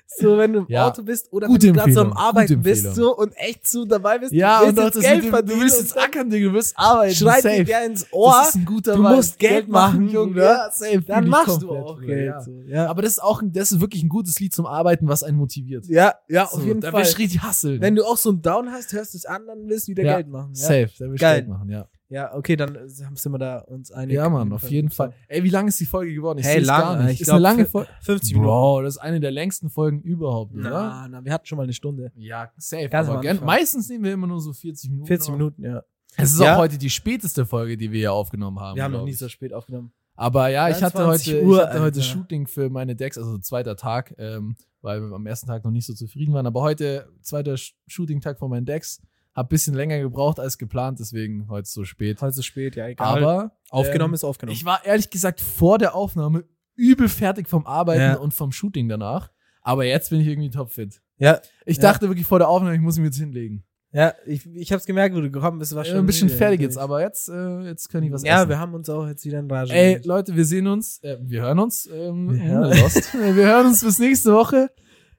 S2: so, wenn du im
S1: Ja.
S2: Auto bist oder
S1: Gute
S2: wenn du gerade so am
S1: Empfehlung,
S2: Arbeiten
S1: gute
S2: bist
S1: Empfehlung.
S2: so und echt so dabei bist,
S1: ja,
S2: du
S1: und
S2: willst
S1: auch
S2: jetzt
S1: das
S2: Geld
S1: mit dem, du
S2: verdienen
S1: willst
S2: und
S1: jetzt ackern, Digga, du wirst arbeiten,
S2: schreit
S1: safe.
S2: dir der ins
S1: das
S2: Ohr,
S1: ist ein guter
S2: du
S1: Mann.
S2: musst Geld machen, Junge.
S1: Ja, safe.
S2: dann
S1: Fühl ich
S2: machst du
S1: komplett,
S2: auch
S1: Bruder,
S2: Geld.
S1: ja.
S2: So. Ja.
S1: Aber das ist auch, ein- das ist wirklich ein gutes Lied zum Arbeiten, was einen motiviert.
S2: ja, ja, auf
S1: So,
S2: jeden
S1: da
S2: Fall.
S1: will ich richtig hasseln.
S2: Wenn du auch so einen Down hast, hörst du es an, dann willst du wieder
S1: Ja,
S2: Geld machen. Ja,
S1: Safe, da will ich
S2: Geil.
S1: Geld machen, ja.
S2: ja okay, dann äh, sind wir da uns einig.
S1: Ja, Mann, auf jeden Fall. Ey, wie lang ist die Folge geworden? Ich
S2: Hey,
S1: seh's
S2: lang,
S1: gar nicht.
S2: ich
S1: ist
S2: glaub,
S1: eine lange
S2: fü-
S1: Folge.
S2: 50 Minuten.
S1: Bro, das ist eine der längsten Folgen überhaupt, oder?
S2: Na, na, wir hatten schon mal eine Stunde.
S1: Ja, safe.
S2: Ganz
S1: aber
S2: am
S1: gern,
S2: Anfang.
S1: meistens nehmen wir immer nur so 40 Minuten.
S2: 40
S1: auf.
S2: Minuten, ja.
S1: Es ist
S2: Ja.
S1: auch heute die späteste Folge, die wir ja aufgenommen haben.
S2: Wir haben noch
S1: glaub
S2: nie
S1: ich.
S2: so spät aufgenommen.
S1: Aber ja, ich hatte
S2: 23
S1: heute,
S2: Uhr,
S1: ich hatte heute
S2: Alter.
S1: Shooting für meine Decks, also zweiter Tag, ähm, weil wir am ersten Tag noch nicht so zufrieden waren. Aber heute zweiter Sh- Shooting-Tag von meinen Decks. Hab bisschen länger gebraucht als geplant, deswegen heute so spät.
S2: Heute so spät, ja, egal.
S1: Aber
S2: aufgenommen
S1: ähm,
S2: ist aufgenommen.
S1: ich war ehrlich gesagt vor der Aufnahme übel fertig vom Arbeiten
S2: Ja.
S1: und vom Shooting danach. Aber jetzt bin ich irgendwie topfit.
S2: ja,
S1: Ich
S2: Ja.
S1: dachte wirklich vor der Aufnahme, ich muss mich jetzt hinlegen.
S2: ja, ich, ich hab's gemerkt, wo du gekommen bist, war
S1: Äh,
S2: schon
S1: ein bisschen
S2: müde,
S1: fertig
S2: natürlich.
S1: jetzt, aber jetzt, äh, jetzt kann ich was
S2: Ja,
S1: essen.
S2: wir haben uns auch jetzt wieder in Rage.
S1: Ey,
S2: geredet.
S1: Leute, wir sehen uns. Äh, wir hören uns. Ähm,
S2: Also Wir hören-
S1: ohne Lost. wir hören uns bis nächste Woche.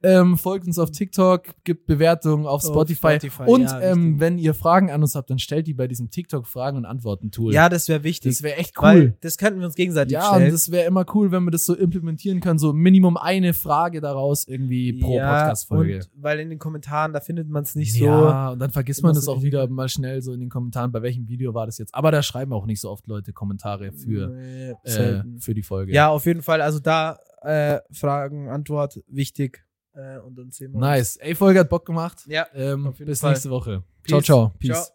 S1: Ähm, folgt uns auf TikTok, gibt Bewertungen auf
S2: Auf
S1: Spotify.
S2: Spotify,
S1: und
S2: ja,
S1: ähm,
S2: wichtig.
S1: wenn ihr Fragen an uns habt, dann stellt die bei diesem TikTok-Fragen- und Antworten-Tool.
S2: ja, das wäre wichtig.
S1: das wäre echt
S2: Weil
S1: cool.
S2: das könnten wir uns gegenseitig
S1: Ja, und
S2: stellen.
S1: das wäre immer cool, wenn wir das so implementieren können. So Minimum eine Frage daraus irgendwie pro
S2: ja,
S1: Podcast-Folge.
S2: und Weil in den Kommentaren, da findet man es nicht so.
S1: Ja, und dann vergisst man
S2: immer
S1: das
S2: so
S1: auch
S2: die-
S1: wieder mal schnell so in den Kommentaren, bei welchem Video war das jetzt. Aber da schreiben auch nicht so oft Leute Kommentare für,
S2: Nee,
S1: äh,
S2: selten.
S1: für die Folge.
S2: ja, auf jeden Fall. Also da äh, Fragen, Antwort, wichtig. Äh, und dann sehen wir uns.
S1: Nice. Ey, Folge hat Bock gemacht.
S2: Ja,
S1: Ähm,
S2: auf jeden
S1: bis
S2: Fall.
S1: nächste Woche.
S2: Peace.
S1: Ciao, ciao. Peace.
S2: Ciao.